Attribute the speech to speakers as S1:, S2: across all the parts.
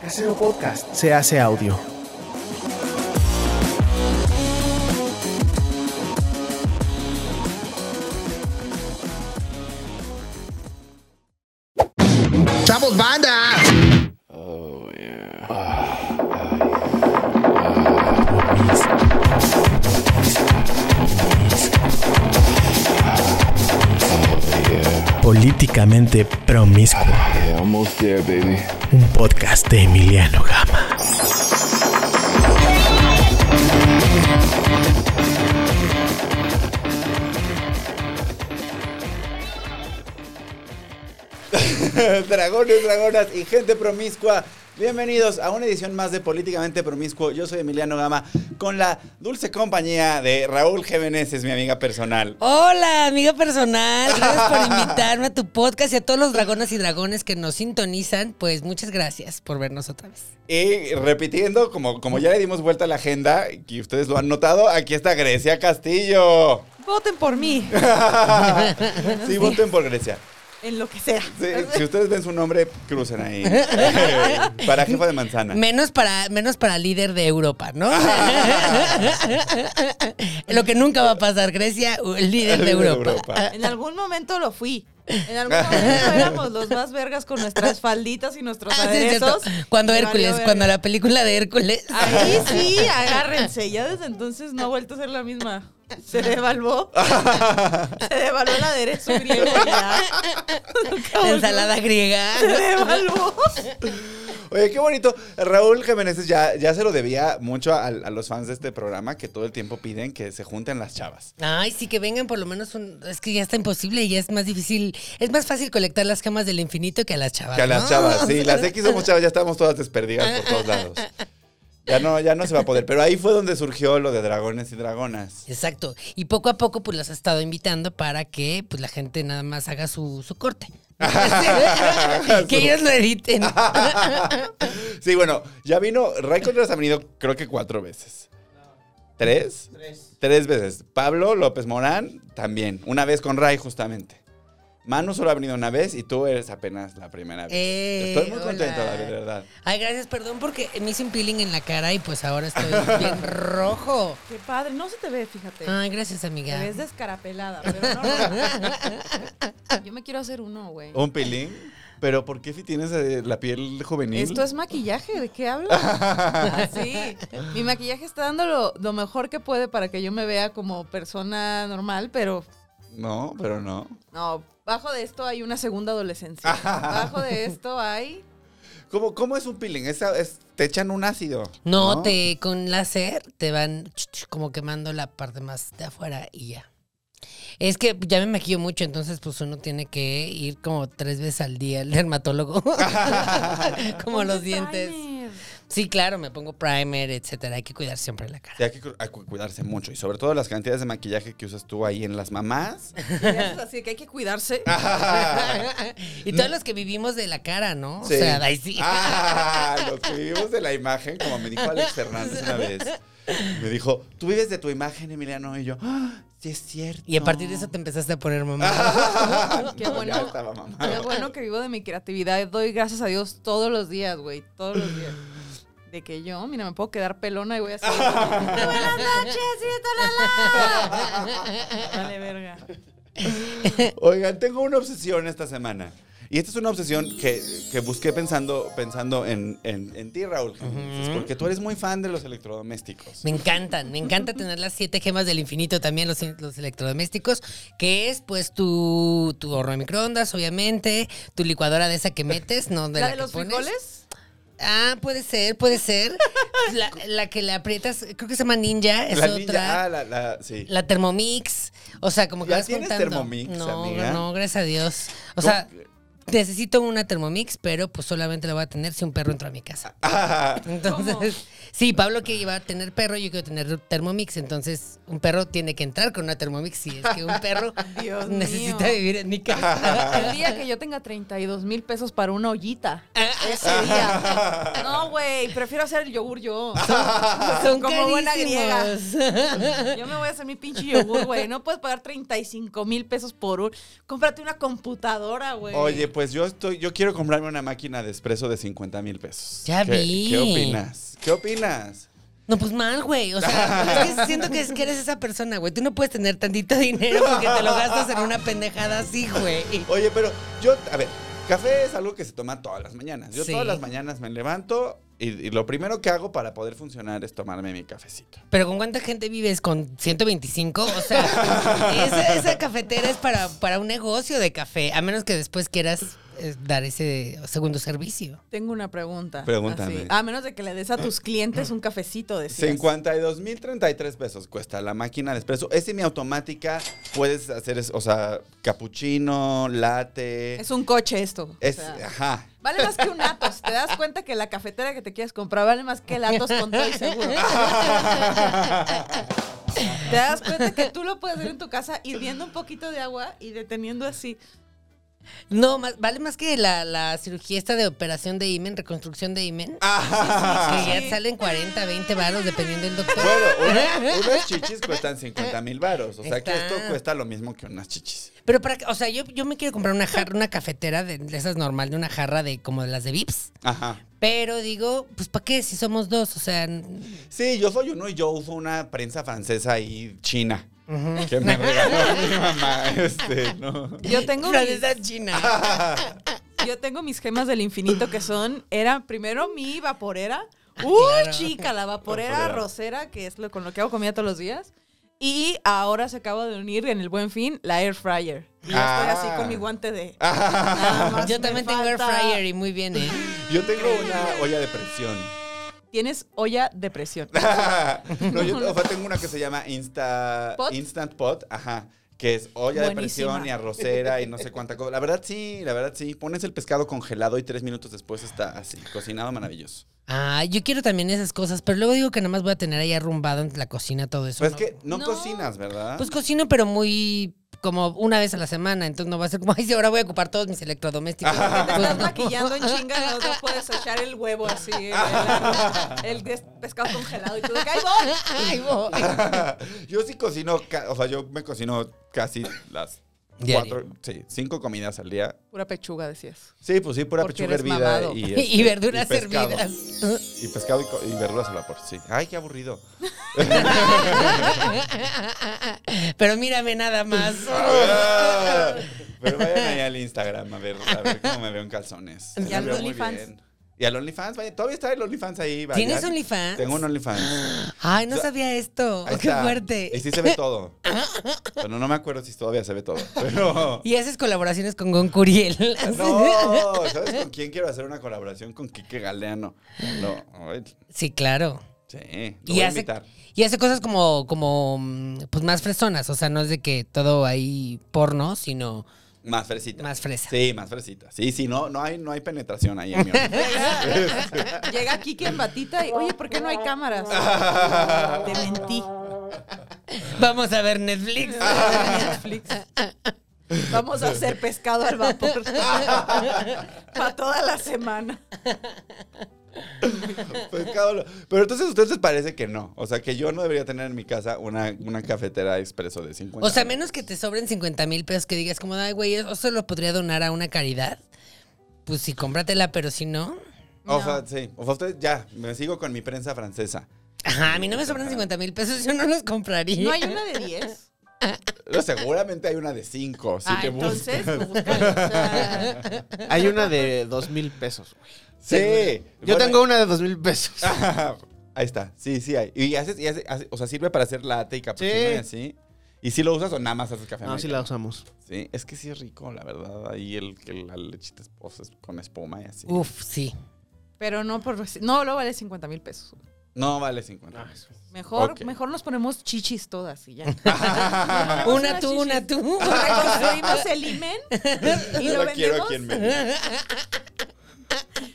S1: Casero Podcast se hace audio.
S2: ¡Chavos, banda!
S3: Políticamente Promiscuo,
S4: Yeah, almost there, baby.
S3: un podcast de Emiliano Gama.
S5: Dragones, dragonas y gente promiscua, bienvenidos a una edición más de Políticamente Promiscuo. Yo soy Emiliano Gama con la dulce compañía de Raúl Jiménez, es mi amiga personal.
S6: Hola, amiga personal. Gracias por invitarme a tu podcast y a todos los dragonas y dragones que nos sintonizan. Pues muchas gracias por vernos otra vez.
S5: Y repitiendo, como, como ya le dimos vuelta a la agenda, y ustedes lo han notado, aquí está Grecia Castillo.
S7: Voten por mí,
S5: sí, voten por Grecia.
S7: en lo que sea.
S5: Sí, si ustedes ven su nombre, crucen ahí. Para jefa de manzana.
S6: Menos para, menos para líder de Europa, ¿no? Lo que nunca va a pasar, Grecia, líder de Europa. Ah,
S7: En algún momento lo fui. En algún momento éramos los más vergas con nuestras falditas y nuestros
S6: Ah, sí, es cierto.
S7: aderezos.
S6: Cuando
S7: Me
S6: Hércules,
S7: valió
S6: cuando la
S7: verga.
S6: película de Hércules.
S7: Ahí sí, agárrense. Ya desde entonces no ha vuelto a ser la misma. Se devaluó. Se devaluó el aderezo griego ya. Nunca
S6: La
S7: volvió.
S6: ensalada griega.
S7: Se devaluó.
S5: Oye, qué bonito. Raúl Jiménez ya, ya se lo debía mucho a, a los fans de este programa que todo el tiempo piden que se junten las chavas.
S6: Ay, sí, que vengan por lo menos un... Es que ya está imposible y ya es más difícil. Es más fácil colectar las gemas del infinito que a las chavas.
S5: Que a las
S6: ¿no?
S5: chavas, sí, las X somos chavas, ya estamos todas desperdidas por todos lados. Ya no, ya no se va a poder. Pero ahí fue donde surgió lo de dragones y dragonas.
S6: Exacto. Y poco a poco, pues las ha estado invitando para que pues la gente nada más haga su, su corte. que ellos lo editen.
S5: Sí, bueno, ya vino. Ray Contreras ha venido creo que cuatro veces. ¿Tres? Tres. veces. Pablo López Morán también. Una vez con Ray, justamente. Manu solo ha venido una vez y tú eres apenas la primera vez.
S6: Eh,
S5: Estoy muy
S6: hola.
S5: contento, la verdad.
S6: Ay, gracias, perdón, porque me hice un peeling en la cara y pues ahora estoy bien rojo.
S7: Qué padre. No se te ve, fíjate.
S6: Ay, gracias, amiga.
S7: Te ves descarapelada, pero no, no. Yo me quiero hacer uno, güey.
S5: Un pilín. Pero ¿por qué si tienes eh, la piel juvenil?
S7: Esto es maquillaje, ¿de qué hablas? sí, mi maquillaje está dando lo, lo mejor que puede para que yo me vea como persona normal, pero
S5: No, pero no.
S7: no, bajo de esto hay una segunda adolescencia. Bajo de esto hay...
S5: ¿Cómo, cómo es un peeling? Es- es- te echan un ácido.
S6: No, te con láser te van ch, ch, como quemando la parte más de afuera y ya. Es que ya me maquillo mucho, entonces pues uno tiene que ir como tres veces al día al dermatólogo. como los dientes. Sí, claro, me pongo primer, etcétera. Hay que cuidar siempre la cara.
S5: Sí, hay que cu- hay que cuidarse mucho. Y sobre todo las cantidades de maquillaje que usas tú ahí en las mamás.
S7: Y haces así que hay que cuidarse.
S6: y todos los que vivimos de la cara, ¿no?
S5: Sí.
S6: O sea, ahí sí.
S5: Ah, los que vivimos de la imagen, como me dijo Alex Fernández una vez. Me dijo, tú vives de tu imagen, Emiliano. Y yo, "Ah, sí es cierto.
S6: Y a partir de eso te empezaste a poner mamá.
S5: Ah,
S7: Qué
S5: no,
S7: bueno.
S5: ya estaba mamá.
S7: Qué bueno que vivo de mi creatividad. Doy gracias a Dios todos los días, güey. Todos los días. De que yo, mira, me puedo quedar pelona y voy a hacer. Buenas noches, Vietolala. Dale, verga.
S5: Oigan, tengo una obsesión esta semana. Y esta es una obsesión que, que busqué pensando, pensando en, en- en ti, Raúl. Jiménez, Porque tú eres muy fan de los electrodomésticos.
S6: Me encantan, me encanta tener las siete gemas del infinito también, los, los electrodomésticos, que es pues tu, tu horno de microondas, obviamente, tu licuadora de esa que metes, ¿no? De la,
S7: ¿La, de
S6: que
S7: los
S6: pones.
S7: frijoles?
S6: Ah, puede ser, puede ser. La, la que le aprietas, creo que se llama Ninja, es
S5: la
S6: otra.
S5: ninja, ah, la, la- sí.
S6: La Thermomix. O sea, como que
S5: ¿Ya
S6: vas
S5: tienes
S6: juntando.
S5: Thermomix,
S6: no,
S5: amiga?
S6: no, gracias a Dios.
S5: No.
S6: O sea, necesito una Thermomix, pero pues solamente la voy a tener si un perro entra a mi casa.
S5: Ah,
S6: Entonces,
S7: ¿Cómo?
S6: sí, Pablo que iba a tener perro, yo quiero tener Thermomix, entonces un perro tiene que entrar con una Thermomix si es que un perro
S7: Dios
S6: necesita
S7: mío.
S6: vivir en mi casa.
S7: El día que yo tenga 32 mil pesos para una ollita. ese día. No, güey, prefiero hacer el yogur yo.
S5: Ah,
S6: Son
S7: Como buena griega.
S6: griega.
S7: Yo me voy a hacer mi pinche yogur, güey. No puedes pagar 35 mil pesos por un. Cómprate una computadora, güey.
S5: Oye, pues yo estoy, yo quiero comprarme una máquina de espresso de 50 mil pesos.
S6: Ya
S5: ¿Qué-
S6: vi.
S5: ¿Qué opinas? ¿Qué opinas?
S6: No, pues mal, güey. O sea, es que siento que, es que eres esa persona, güey. Tú no puedes tener tantito dinero porque te lo gastas en una pendejada así, güey.
S5: Oye, pero yo, a ver, café es algo que se toma todas las mañanas. Yo
S6: Sí.
S5: todas las mañanas me levanto y, y lo primero que hago para poder funcionar es tomarme mi cafecito.
S6: Pero ¿con cuánta gente vives? ¿Con 125? O sea, esa, esa cafetera es para, para un negocio de café, a menos que después quieras eh, dar ese segundo servicio.
S7: Tengo una pregunta.
S5: Pregúntame.
S7: Así, A menos de que le des a tus clientes un cafecito, decías.
S5: 52.033 pesos cuesta la máquina de espresso. Es semiautomática, puedes hacer, es- o sea, cappuccino, latte.
S7: Es un coche esto. o
S5: Es-
S7: sea,
S5: ajá.
S7: vale más que un Atos. Te das cuenta que la cafetera que te quieres comprar vale más que el Atos con todo y seguro. Te das cuenta que tú lo puedes hacer en tu casa hirviendo un poquito de agua y deteniendo así.
S6: No, más- vale más que la, la cirugía esta de operación de imen, reconstrucción de imen.
S5: Ah,
S6: Que ya salen 40, 20 varos dependiendo del doctor.
S5: Bueno, una- unas chichis cuestan 50 mil varos. O sea que
S6: Está.
S5: esto cuesta lo mismo que unas chichis.
S6: Pero para, que- o sea, yo, yo me quiero comprar una jarra, una cafetera de, de esas normal, de una jarra de como de las de Vips.
S5: Ajá.
S6: Pero digo, pues ¿para qué si somos dos? O sea, n-
S5: Sí, yo soy uno y yo uso una prensa francesa y china. Que me regaló mi mamá. Este, ¿no?
S7: Yo tengo mis,
S6: francesa china.
S7: yo tengo mis gemas del infinito que son, era primero mi vaporera. Uy,
S6: claro.
S7: chica, la Ah, vaporera
S5: Vaporera.
S7: rosera, que es lo con lo que hago comida todos los días. Y ahora se acaba de unir en el buen fin la air fryer. Y yo estoy
S5: Ah.
S7: así con mi guante de.
S5: Ah.
S7: Nada más
S6: Yo
S7: me
S6: también tengo air
S7: falta-
S6: fryer y muy bien, ¿eh?
S5: Yo tengo una olla de presión.
S7: Tienes olla de presión.
S5: no, yo o sea, tengo una que se llama Insta,
S7: ¿Pot?
S5: Instant Pot, ajá, que es olla de
S7: Buenísima.
S5: presión y arrocera y no sé cuánta cosa. La verdad sí, la verdad sí. Pones el pescado congelado y tres minutos después está así, cocinado maravilloso.
S6: Ah, yo quiero también esas cosas, pero luego digo que nada más voy a tener ahí arrumbado en la cocina todo eso.
S5: Pues
S6: ¿no?
S5: es que no,
S7: No.
S5: cocinas, ¿verdad?
S6: Pues cocino, pero muy como una vez a la semana, entonces no va a ser como, ay, sí, ahora voy a ocupar todos mis electrodomésticos.
S7: Te
S6: Pues
S7: estás
S6: no.
S7: maquillando en chinga, no, no puedes echar el huevo así, el, el des- pescado congelado y tú de que, "Ahí voy".
S6: Ay, voy.
S5: yo sí cocino, ca- o sea, yo me cocino casi las
S6: Diario.
S5: cuatro, sí, cinco comidas al día.
S7: Pura pechuga, decías.
S5: Sí, pues sí, pura
S7: Porque
S5: pechuga
S7: eres
S5: hervida
S7: mamado.
S5: y, este,
S6: Y verduras
S5: pescado.
S6: hervidas.
S5: Y pescado y, co- y verduras al vapor, sí. Ay, qué aburrido.
S6: Pero mírame nada más.
S5: Pero vayan ahí al Instagram a ver, a ver cómo me veo en calzones.
S6: Y
S5: Me
S7: al
S5: veo muy
S7: OnlyFans.
S5: bien. Y al OnlyFans, vaya, todavía está el OnlyFans ahí. vayan.
S6: ¿Tienes OnlyFans?
S5: Tengo un OnlyFans.
S6: Ay,
S5: O
S6: no
S5: sea,
S6: sabía esto.
S5: Ahí
S6: Qué
S5: está. Este
S6: fuerte.
S5: Y sí se ve todo. Bueno, no me acuerdo si todavía se ve todo. Pero.
S6: Y haces colaboraciones con Gon Curiel.
S5: No, ¿sabes con quién quiero hacer una colaboración? Con Quique Galeano. No, ay,
S6: Sí, claro.
S5: sí, lo
S6: Y
S5: voy a
S6: hace,
S5: invitar.
S6: y hace cosas como, como mm, pues más fresonas. O sea, no es de que todo ahí porno, sino
S5: Más fresita.
S6: más fresa.
S5: Sí, más fresita. Sí, sí, no, no hay, no hay penetración ahí en mi OnlyFans.
S7: Llega aquí que en batita y, oye, ¿por qué no hay cámaras? Te mentí.
S6: Vamos a ver Netflix.
S5: Ah.
S7: Netflix. Vamos a hacer pescado al vapor. Para toda la semana.
S5: Pues, cabrón. Pero entonces a ustedes les parece que no. O sea, que yo no debería tener en mi casa una, una cafetera expreso de 50.
S6: O sea, menos que te sobren 50 mil pesos que digas como, ay, güey, eso se lo podría donar a una caridad. Pues sí, cómpratela, pero si no.
S5: O sea, sí. O sea, ustedes ya, me sigo con mi prensa francesa.
S6: Ajá, a mí no me sobran 50 mil pesos, yo no los compraría.
S7: ¿No hay una de 10?
S5: Pero seguramente hay una de 5. Si
S7: ah,
S5: te
S7: entonces,
S5: buscas.
S7: búscala, o sea,
S1: Hay una de dos mil pesos. güey.
S5: Sí.
S1: Yo
S5: Bueno,
S1: tengo una de dos mil pesos.
S5: Ahí está. Sí, sí hay. Y haces, y haces- hace- o sea, sirve para hacer latte y cappuccino
S1: Sí.
S5: y así. ¿Y si lo usas o nada más haces café?
S1: No, sí la
S5: americano?
S1: usamos.
S5: Sí, es que sí es rico, la verdad. Ahí el que la lechita es- o sea, es con espuma y así.
S6: Uf, sí.
S7: Pero no por... No, lo vale 50 mil pesos.
S5: No vale 50.
S7: Mejor,
S5: Ok.
S7: mejor nos ponemos chichis todas y ya.
S6: Una tú, una tú.
S7: Reconstruimos el imen Ah, y
S5: Yo
S7: lo
S5: la quiero
S7: vendemos.
S5: aquí en Mérida.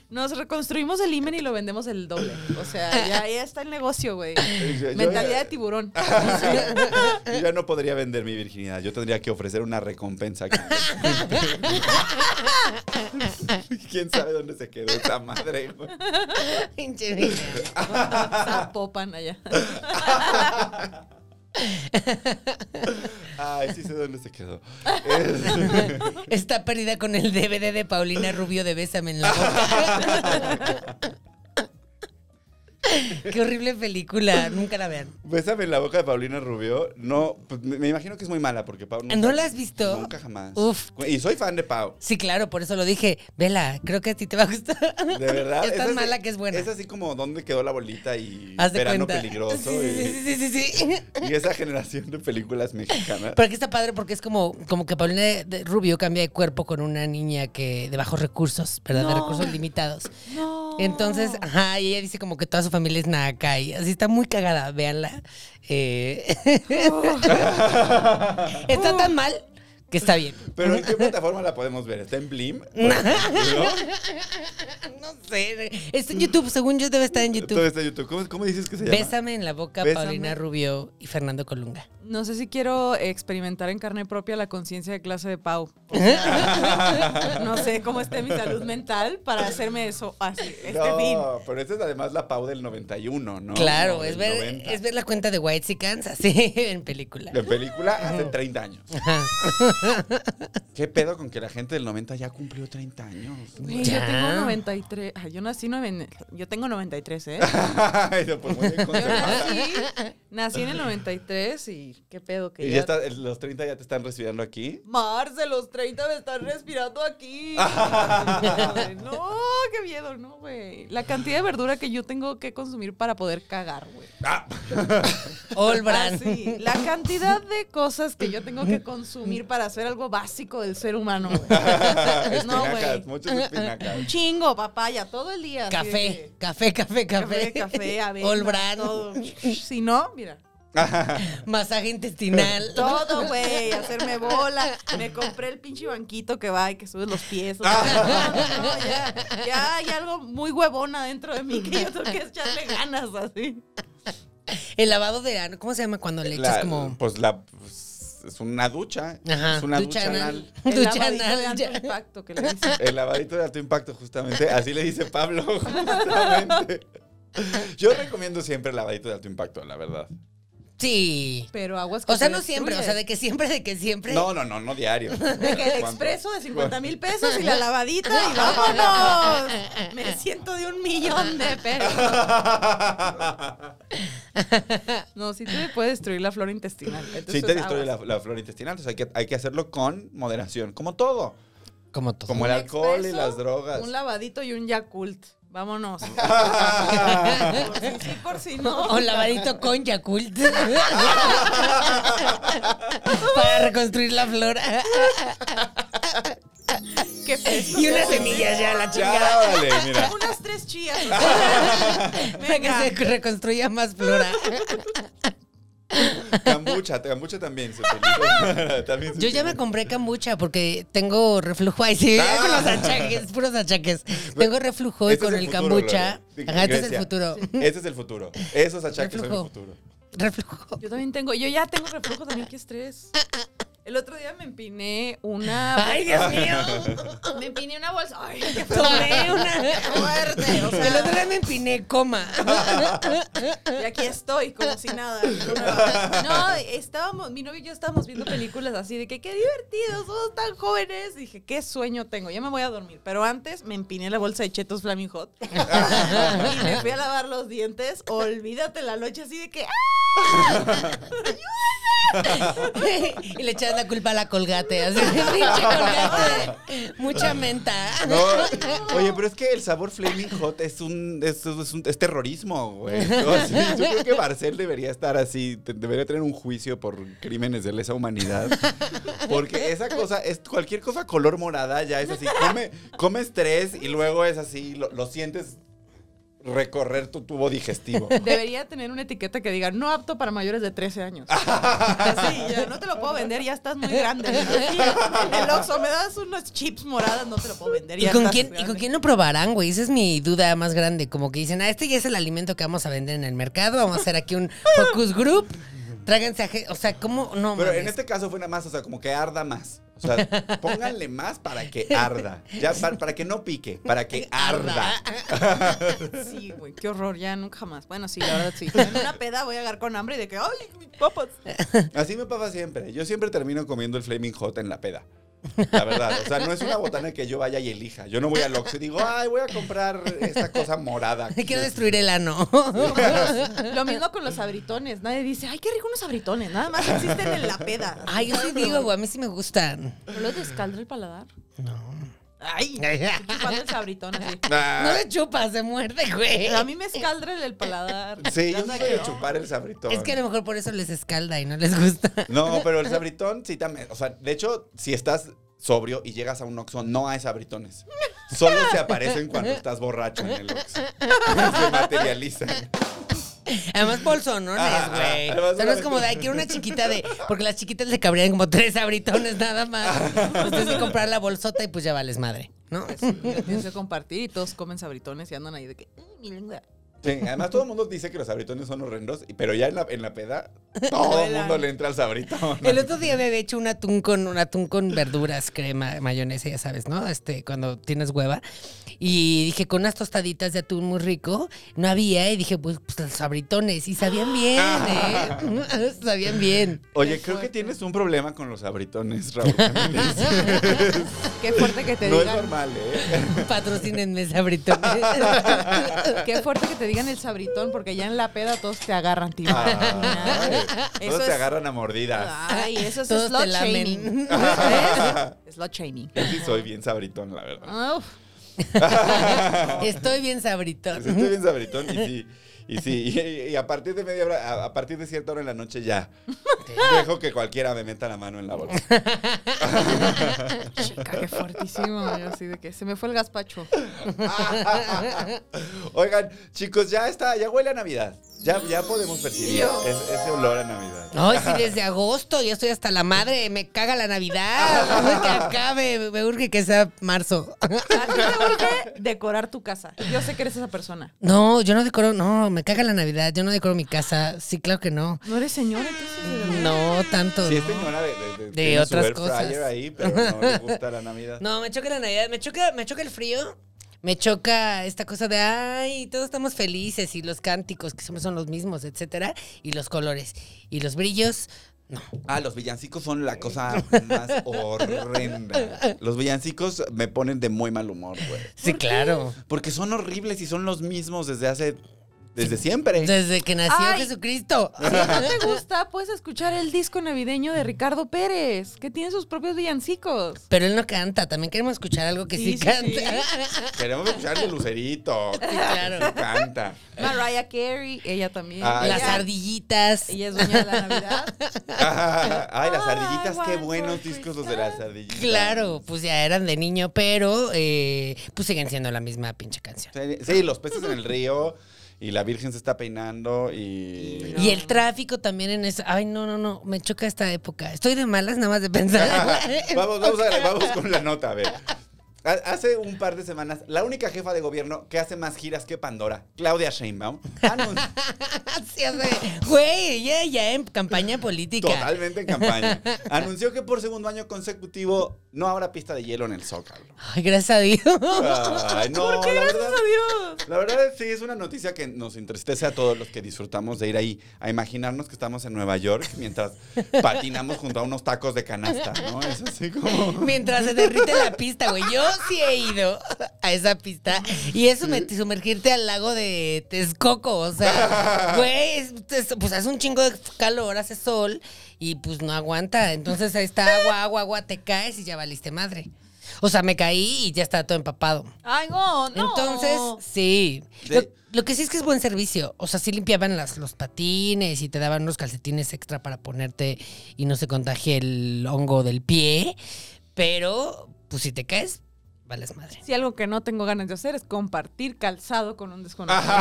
S7: Nos reconstruimos el imen y lo vendemos el doble. O sea, ya, ya está el negocio, güey.
S5: Yo-
S7: Mentalidad de tiburón.
S5: Yo ya no podría vender mi virginidad. Yo tendría que ofrecer una recompensa. aquí. ¿Quién sabe dónde se quedó esa madre? güey?
S6: Pinche Emiliano.
S7: Zapopan allá.
S5: Ay, sí sé dónde se quedó.
S6: Está perdida con el DVD de Paulina Rubio de Bésame en la boca. Qué horrible película. Nunca la vean.
S5: Bésame en la boca de Paulina Rubio. No, pues, me me imagino que es muy mala porque Pau. nunca-
S6: ¿No la has visto?
S5: Nunca jamás.
S6: Uf.
S5: Y soy fan de Pau.
S6: Sí, claro, por eso lo dije. Vela, creo que a ti te va a gustar.
S5: De verdad.
S6: Es tan
S5: así-
S6: mala que es buena.
S5: Es así como donde quedó la bolita y
S6: Haz de
S5: verano
S6: cuenta.
S5: peligroso.
S6: Sí,
S5: y-
S6: sí, sí, sí, sí, sí.
S5: Y esa generación de películas mexicanas.
S6: Pero aquí está padre porque es como, como que Paulina de- de Rubio cambia de cuerpo con una niña que de bajos recursos, ¿verdad? De
S7: No.
S6: recursos limitados.
S7: No. Oh.
S6: Entonces, ajá, y ella dice como que toda su familia es naca y así está muy cagada, véanla. Eh, está tan mal que está bien.
S5: Pero ¿en qué plataforma la podemos ver? ¿Está en Blim? ¿No?
S6: No sé, está en YouTube, según yo debe estar en
S5: Todo
S6: YouTube.
S5: está en YouTube. ¿Cómo, cómo dices que se llama?
S6: Bésame en la boca,
S5: Bésame.
S6: Paulina Rubio y Fernando Colunga.
S7: No sé si quiero experimentar en carne propia la conciencia de clase de Pau. no sé cómo esté mi salud mental para hacerme eso así, este
S5: no,
S7: fin.
S5: pero esta es además la Pau del 91, ¿no?
S6: claro,
S5: O
S6: es
S5: del
S6: ver,
S5: 90.
S6: es ver la cuenta de White Sicans así en película.
S5: La película hace 30 años.
S6: Ajá.
S5: ¿Qué pedo con que la gente del 90 ya cumplió 30 años?
S7: Güey,
S6: Ya.
S7: yo tengo 93. Ay, yo nací noven- Yo tengo 93, ¿eh?
S5: Ay, no, pues muy bien
S7: Yo
S5: conservada.
S7: nací, nací en el 93 y qué pedo que
S5: Y ya está, los 30 ya te están recibiendo aquí.
S7: Mars de los 30 me están respirando aquí. no, qué miedo, no, güey. La cantidad de verdura que yo tengo que consumir para poder cagar, güey.
S5: Ah.
S6: Olbran.
S7: Ah, Así, la cantidad de cosas que yo tengo que consumir para hacer algo básico del ser humano, güey. No,
S5: espinacas,
S7: güey.
S5: muchos espinacas.
S7: Un chingo, papaya, todo el día. así de
S6: Café, café,
S7: que-
S6: café, café.
S7: Café, café, avena,
S6: Olbran.
S7: todo. Si no, mira.
S6: Masaje intestinal.
S7: Todo, güey, hacerme bola. Me compré el pinche banquito que va y que subes los pies. o sea, no, no, ya, ya hay algo muy huevona dentro de mí que yo tengo que echarle ganas así.
S6: El lavado de ano, ¿cómo se llama cuando le echas
S5: La-
S6: como
S5: Pues la. pues, es una ducha.
S6: Ajá,
S5: Es una
S6: ducha
S5: ducha,
S6: anal.
S5: anal.
S7: El
S6: Ducha
S7: lavadito de
S6: anal, ya.
S7: alto impacto que le dicen.
S5: El lavadito de alto impacto, justamente. Así le dice Pablo, justamente. Yo recomiendo siempre el lavadito de alto impacto, la verdad.
S6: Sí.
S7: Pero aguas que
S6: O sea,
S7: te
S6: no siempre, o sea, de que siempre, de que siempre.
S5: No, no, no, no diario.
S7: De que el
S5: ¿Cuánto?
S7: expreso de 50 mil pesos y la lavadita y vámonos. Me siento de un millón de pesos. No, sí te puede destruir la flora intestinal.
S5: Sí,
S7: Entonces,
S5: te destruye la,
S7: aguas.
S5: la flora intestinal, entonces hay que, hay que hacerlo con moderación, como todo.
S6: Como todo.
S5: Como el
S7: Un
S5: alcohol y
S7: expreso,
S5: las drogas.
S7: Un lavadito y un Yakult. Vámonos. por si sí, por si no.
S6: O lavadito con Yakult. Para reconstruir la flora.
S7: Qué peso.
S6: Y unas semillas ya, la
S5: Ya,
S6: chingada.
S5: vale, mira.
S7: Unas tres chías.
S6: Para que
S7: Venga.
S6: se reconstruya más flora.
S5: Cambucha, cambucha también se utiliza. También se
S6: Yo ya
S5: utiliza.
S6: me compré kombucha porque tengo reflujo. Ay,
S5: Ah.
S6: sí, ya con los achaques, puros achaques. Tengo reflujo y
S5: Este es
S6: con el
S5: futuro,
S6: kombucha.
S5: Lore.
S6: Ajá, este es el
S5: Grecia.
S6: futuro.
S5: Este es el futuro. Esos achaques
S6: Reflujo.
S5: son el futuro.
S6: Reflujo.
S7: Yo también tengo, yo ya tengo reflujo también, qué estrés. El otro día me empiné una.
S6: Ay, Dios mío.
S7: Me empiné una bolsa. Ay, qué
S6: Tomé una
S7: fuerte. O
S6: El otro
S7: sea,
S6: día me empiné, coma.
S7: y aquí estoy, como si nada. No, estábamos, mi novio y yo estábamos viendo películas así de que qué divertidos, somos tan jóvenes. Dije, qué sueño tengo, ya me voy a dormir. Pero antes me empiné la bolsa de Chetos Flaming Hot. Y me fui a lavar los dientes. Olvídate la noche así de que. ¡ah!
S6: y le echas la culpa a la colgate. Así, pinche colgate. Mucha menta.
S5: No, oye, pero es que el sabor Flaming Hot es un es, es un- es terrorismo, güey. No, sí, yo creo que Barcel debería estar así, te- debería tener un juicio por crímenes de lesa humanidad. Porque esa cosa, es cualquier cosa color morada ya es así. Come, comes tres y luego es así, lo, lo sientes recorrer tu tubo digestivo.
S7: Debería tener una etiqueta que diga no apto para mayores de 13 años. Así, ya no te lo puedo vender, ya estás muy grande. Sí, El Oxxo, me das unos chips moradas, no te lo puedo vender.
S6: ¿Y
S7: ya
S6: con,
S7: estás
S6: quién, ¿Y
S7: grande.
S6: con quién lo probarán, güey? Esa es mi duda más grande. Como que dicen, ah, este ya es el alimento que vamos a vender en el mercado. Vamos a hacer aquí un focus group. Tráiganse a... ge- O sea, ¿cómo? No,
S5: Pero
S6: mames.
S5: en este caso fue nada más, o sea, como que arda más. O sea, pónganle más para que arda. Ya, para, para que no pique, para que arda.
S7: Sí, güey, qué horror, ya nunca más. Bueno, sí, la verdad sí. En una peda voy a agarrar con hambre y de que, ay, mis papas.
S5: Así me pasa siempre. Yo siempre termino comiendo el Flaming Hot en la peda. La verdad. O sea, no es una botana que yo vaya y elija. Yo no voy al Oxxo y digo, ay, voy a comprar esta cosa morada.
S6: Quiero destruir el ano.
S7: Lo mismo con los abritones. Nadie dice, ay, qué rico unos abritones. Nada más existen en la peda.
S6: Ay, yo sí digo, güey, a mí sí me gustan.
S7: ¿No lo descaldra el paladar? No. Ay, estoy chupando el sabritón así.
S6: No
S5: Ah,
S6: le chupas, se muerde, güey.
S7: A mí me escaldra el- el paladar.
S5: sí,
S7: Ya
S5: yo no
S7: sé
S5: voy
S7: que
S5: a
S7: no.
S5: chupar el sabritón.
S6: Es que a lo mejor por eso les escalda y no les gusta.
S5: No, pero el sabritón sí también. O sea, de hecho, si estás sobrio y llegas a un Oxxo, no hay sabritones. Solo se aparecen cuando estás borracho en el Oxxo. Se materializan.
S6: Además, bolsonones,
S5: Ah,
S6: güey.
S5: además
S6: O sea, no es
S5: una-
S6: como de, ay, quiero una chiquita de. Porque las chiquitas le cabrían como tres abritones nada más. Entonces, sí comprar la bolsota y pues ya vales madre, ¿no?
S7: Lo Tienes que compartir y todos comen sabritones y andan ahí de que, "Ay, mi lengua.
S5: Sí, además todo el mundo dice que los sabritones son horrendos, y- pero ya en la, en la peda todo el mundo le entra al sabritón.
S6: El otro día me había hecho un atún con un atún con verduras, crema, mayonesa, ya sabes, ¿no? Este, cuando tienes hueva. Y dije, con unas tostaditas de atún muy rico, no había, y dije, pues, pues los sabritones. Y sabían bien, ¿eh? sabían bien.
S5: Oye, creo que tienes un problema con los sabritones, Raúl. Jiménez.
S7: Qué fuerte que te
S5: no es
S7: digan.
S5: normal, ¿eh?
S6: Patrocínenme sabritones.
S7: Qué fuerte que te digan el sabritón, porque ya en la peda todos te agarran, tío.
S5: Ay,
S7: Eso
S5: todos
S7: es- Ah.
S5: te agarran a mordidas.
S7: Ay, eso es
S6: Todos
S7: slot
S6: te lamen.
S7: shaming. ¿Ves? Slot shaming.
S5: Yo sí soy bien sabritón, la verdad.
S7: Uf.
S6: Estoy bien sabritón.
S5: Pues estoy bien sabritón y sí. Y sí, y, y a partir de media hora, a, a partir de cierta hora en la noche ya. Dejo que cualquiera me meta la mano en la bolsa.
S7: Chica, qué fuertísimo. Yo así de que se me fue el gazpacho.
S5: Oigan, chicos, ya está, ya huele a Navidad. Ya, ya podemos percibir es- ese olor a Navidad.
S6: Ay, sí, desde agosto, ya estoy hasta la madre, me caga la Navidad. Que acabe, me urge que sea marzo.
S7: A ti te urge decorar tu casa. Yo sé que eres esa persona.
S6: No, yo no decoro, no, me caga la Navidad, yo no decoro mi casa, sí, claro que no.
S7: No eres señor, entonces. de verdad.
S6: No, tanto.
S5: Sí, es
S6: no.
S5: señora de, de,
S6: De
S5: tiene su
S6: otras
S5: air
S6: cosas.
S5: fryer ahí, pero no le gusta la Navidad.
S6: No, me choca la Navidad, me choca, me choca el frío, me choca esta cosa de ay, todos estamos felices y los cánticos que siempre son los mismos, etcétera, y los colores y los brillos. No.
S5: Ah, los villancicos son la cosa más horrenda. Los villancicos me ponen de muy mal humor, güey.
S6: Sí, claro.
S5: Porque son horribles y son los mismos desde hace. desde siempre.
S6: Desde que nació
S7: Ay.
S6: Jesucristo.
S7: Si no te gusta, puedes escuchar el disco navideño de Ricardo Pérez, que tiene sus propios villancicos.
S6: Pero él no canta, también queremos escuchar algo que sí,
S7: Sí, sí,
S6: cante.
S5: Queremos escuchar de Lucerito.
S6: claro.
S5: Canta.
S7: Mariah Carey, ella también.
S5: Ah,
S6: Las
S7: ella,
S6: ardillitas.
S7: ella es dueña de la Navidad.
S5: Ay, las
S7: Ay,
S5: ardillitas, qué
S7: Juan
S5: buenos
S7: Jorge
S5: discos los de las ardillitas.
S6: Claro, pues ya eran de niño, pero eh, pues siguen siendo la misma pinche canción.
S5: Sí, Sí, los peces en el río y la Virgen se está peinando y...
S6: Y el tráfico también en eso. Ay, no, no, no. Me choca esta época. Estoy de malas nada más de pensar.
S5: vamos, vamos, a- vamos con la nota, a ver. Ha- Hace un par de semanas, la única jefa de gobierno que hace más giras que Pandora, Claudia Sheinbaum, anunció
S6: Sí, o sea, Güey, ya, ya en campaña política.
S5: totalmente en campaña, anunció que por segundo año consecutivo no habrá pista de hielo en el Zócalo.
S6: Ay, gracias a Dios.
S5: Ay, no, la verdad,
S7: Adiós.
S5: La verdad es, sí, es una noticia que nos entristece a todos los que disfrutamos de ir ahí, a imaginarnos que estamos en Nueva York mientras patinamos junto a unos tacos de canasta, ¿no? Es así como...
S6: Mientras se derrite la pista, güey. Yo sí he ido a esa pista. Y eso sumergirte al lago de Texcoco. O sea, güey, es- es- pues hace un chingo de calor, hace sol y pues no aguanta. Entonces ahí está agua, agua, agua, te caes y ya valiste madre. O sea, me caí y ya está todo empapado.
S7: Ay, no, no.
S6: Entonces, sí.
S5: Sí.
S6: Lo, lo que sí es que es buen servicio. O sea, sí limpiaban las, los patines y te daban unos calcetines extra para ponerte y no se contagie el hongo del pie. Pero, pues si te caes, vales madre.
S7: Si algo que no tengo ganas de hacer es compartir calzado con un desconocido.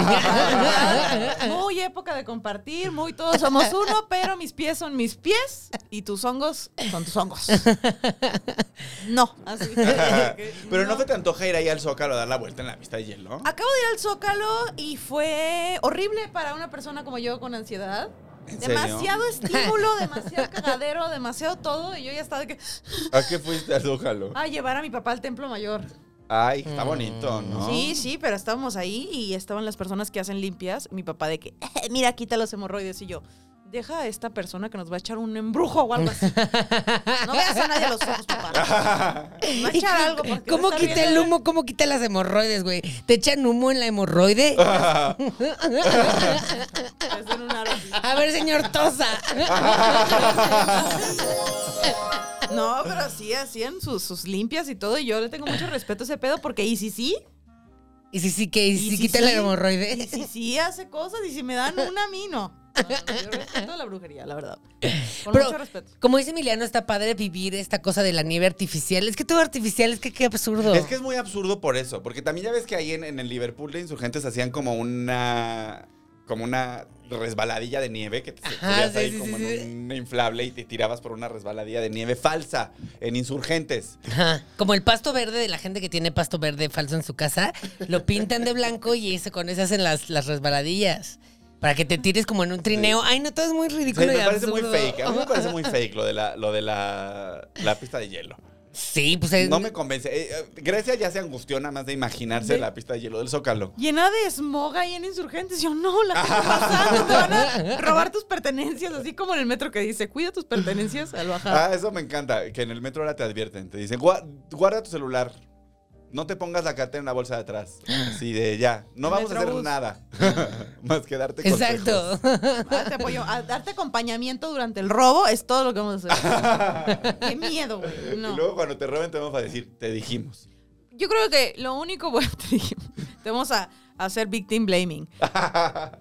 S7: muy época de compartir, muy todos somos uno, pero mis pies son mis pies y tus hongos son tus hongos. No, así.
S5: Pero no se te antoja ir ahí al Zócalo a dar la vuelta en la pista de hielo.
S7: Acabo de ir al Zócalo y fue horrible para una persona como yo con ansiedad.
S5: ¿En serio?
S7: Demasiado estímulo, demasiado cagadero, demasiado todo. Y yo ya estaba de que.
S5: ¿A qué fuiste al Zócalo?
S7: A llevar a mi papá al templo mayor.
S5: Ay, está bonito, ¿no?
S7: Sí, sí, pero estábamos ahí y estaban las personas que hacen limpias. Mi papá de que, "Eh, mira, quita los hemorroides. Y yo, deja a esta persona que nos va a echar un embrujo o algo así. No veas a nadie a los ojos, papá. Va a echar algo. porque te
S6: ¿Cómo
S7: está
S6: quita el
S7: viendo".
S6: humo? ¿Cómo quita las hemorroides, güey? ¿Te echan humo en la hemorroide?
S7: Es en un aro así.
S6: A ver, señor Tosa.
S7: No, pero sí, hacían sus, sus limpias y todo. Y yo le tengo mucho respeto a ese pedo porque, y si sí,
S6: Y si sí que, y si
S7: Y si
S6: quita
S7: sí,
S6: la
S7: y
S6: hemorroide.
S7: si sí hace cosas, y si me dan una a mí, no. No, no, yo respeto la brujería, la verdad. Con
S6: Pero,
S7: mucho respeto.
S6: como dice Emiliano, está padre vivir esta cosa de la nieve artificial. Es que todo artificial, es que qué absurdo.
S5: Es que es muy absurdo por eso, porque también ya ves que ahí en, en el Liverpool de insurgentes hacían como una como una resbaladilla de nieve que te
S6: Ajá,
S5: subías
S6: sí,
S5: ahí
S6: sí,
S5: como
S6: sí,
S5: en
S6: sí.
S5: un inflable y te tirabas por una resbaladilla de nieve falsa en insurgentes.
S6: Ajá. Como el pasto verde de la gente que tiene pasto verde falso en su casa, lo pintan de blanco y eso, con eso hacen las, las resbaladillas. Para que te tires como en un trineo. Ay, no, todo es muy
S5: Sí,
S6: ridículo.
S5: me
S6: y
S5: parece muy
S6: absurdo.
S5: fake, ¿eh? a mí me parece muy fake lo de la lo de la, la pista de hielo.
S6: Sí, pues es-
S5: No me convence. Eh, eh, Grecia ya se angustió nada más de imaginarse la pista de hielo del Zócalo.
S7: Llena de smog ahí en Insurgentes. Yo, no, la gente pasando, te van a robar tus pertenencias, así como en el metro que dice, cuida tus pertenencias al bajar.
S5: Ah, eso me encanta, que en el metro ahora te advierten, te dicen, "Gua- guarda tu celular, no te pongas la cartera en la bolsa de atrás, así de ya, no
S7: El
S5: vamos a hacer
S7: Metrobús.
S5: nada, más que darte consejos.
S6: Exacto.
S7: Ah, te apoyo. A darte acompañamiento durante el robo es todo lo que vamos a hacer. Qué miedo, güey.
S5: Y
S7: No.
S5: luego cuando te roben te vamos a decir, te dijimos.
S7: Yo creo que lo único bueno, te dije, te vamos a, a hacer victim blaming.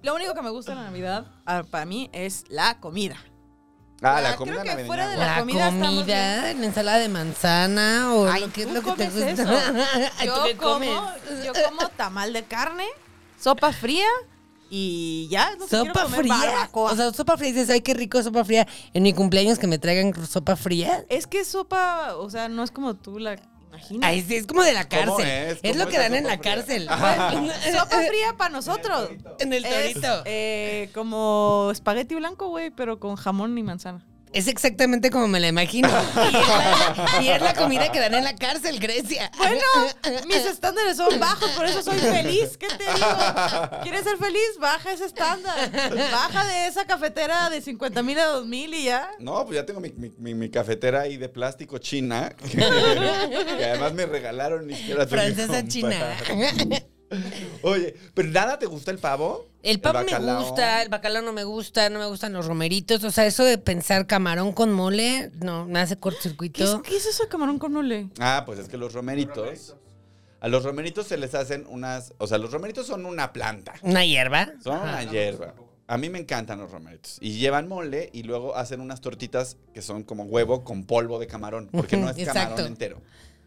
S7: Lo único que me gusta de la Navidad, ah, para mí, es la comida.
S5: Ah,
S7: Ah,
S5: la
S7: creo
S5: comida
S7: que
S5: navideña.
S7: fuera de
S5: güey.
S6: La
S7: La comida
S6: comida,
S7: está muy
S6: la ensalada de manzana o
S7: Ay,
S6: lo que es
S7: ¿tú
S6: lo que te
S7: comes
S6: gusta.
S7: eso?
S6: Ay, ¿tú
S7: Yo
S6: qué
S7: como,
S6: comes?
S7: yo como tamal de carne, sopa fría y ya. No sé, quiero
S6: Sopa
S7: comer
S6: fría.
S7: barbacoa.
S6: O sea, sopa fría. Dices, ay, qué rico sopa fría. En mi cumpleaños que me traigan sopa fría.
S7: es que sopa, o sea, no es como tú la imaginas.
S6: Ay, sí, es como de la
S5: ¿Cómo
S6: cárcel.
S5: es?
S6: Es
S5: ¿Cómo
S6: lo que
S5: es la
S6: dan en
S5: sopa
S6: la
S5: fría?
S6: cárcel.
S7: Sopa fría para nosotros.
S6: En el
S7: Es
S6: torito. Es,
S7: eh, como espagueti blanco, güey, pero con jamón y manzana.
S6: exactamente como me la imagino. Y es la, y es la comida que dan en la cárcel, Grecia.
S7: Bueno, mis estándares son bajos, por eso soy feliz. ¿Qué te digo? ¿Quieres ser feliz? Baja ese estándar. Baja de esa cafetera de 50 mil a 2 mil y ya.
S5: No, pues ya tengo mi, mi- mi- mi cafetera ahí de plástico china, que, que además me regalaron ni siquiera tengo que
S6: Francesa china.
S5: comprar. Oye, pero nada te gusta el pavo?
S6: El pavo me
S5: bacalao?
S6: gusta, el bacalao no me gusta, no me gustan los romeritos. O sea, eso de pensar camarón con mole, no, me hace
S7: ¿Qué es,
S6: cortocircuito.
S7: qué es eso de camarón con mole?
S5: Ah, pues es que los romeritos. A los romeritos se les hacen unas. O sea, los romeritos son una planta.
S6: Una hierba.
S5: Son
S6: Ajá.
S5: una hierba. A mí me encantan los romeritos. Y llevan mole y luego hacen unas tortitas que son como huevo con polvo de camarón. Porque no es
S6: Ujú,
S5: camarón
S6: exacto.
S5: entero.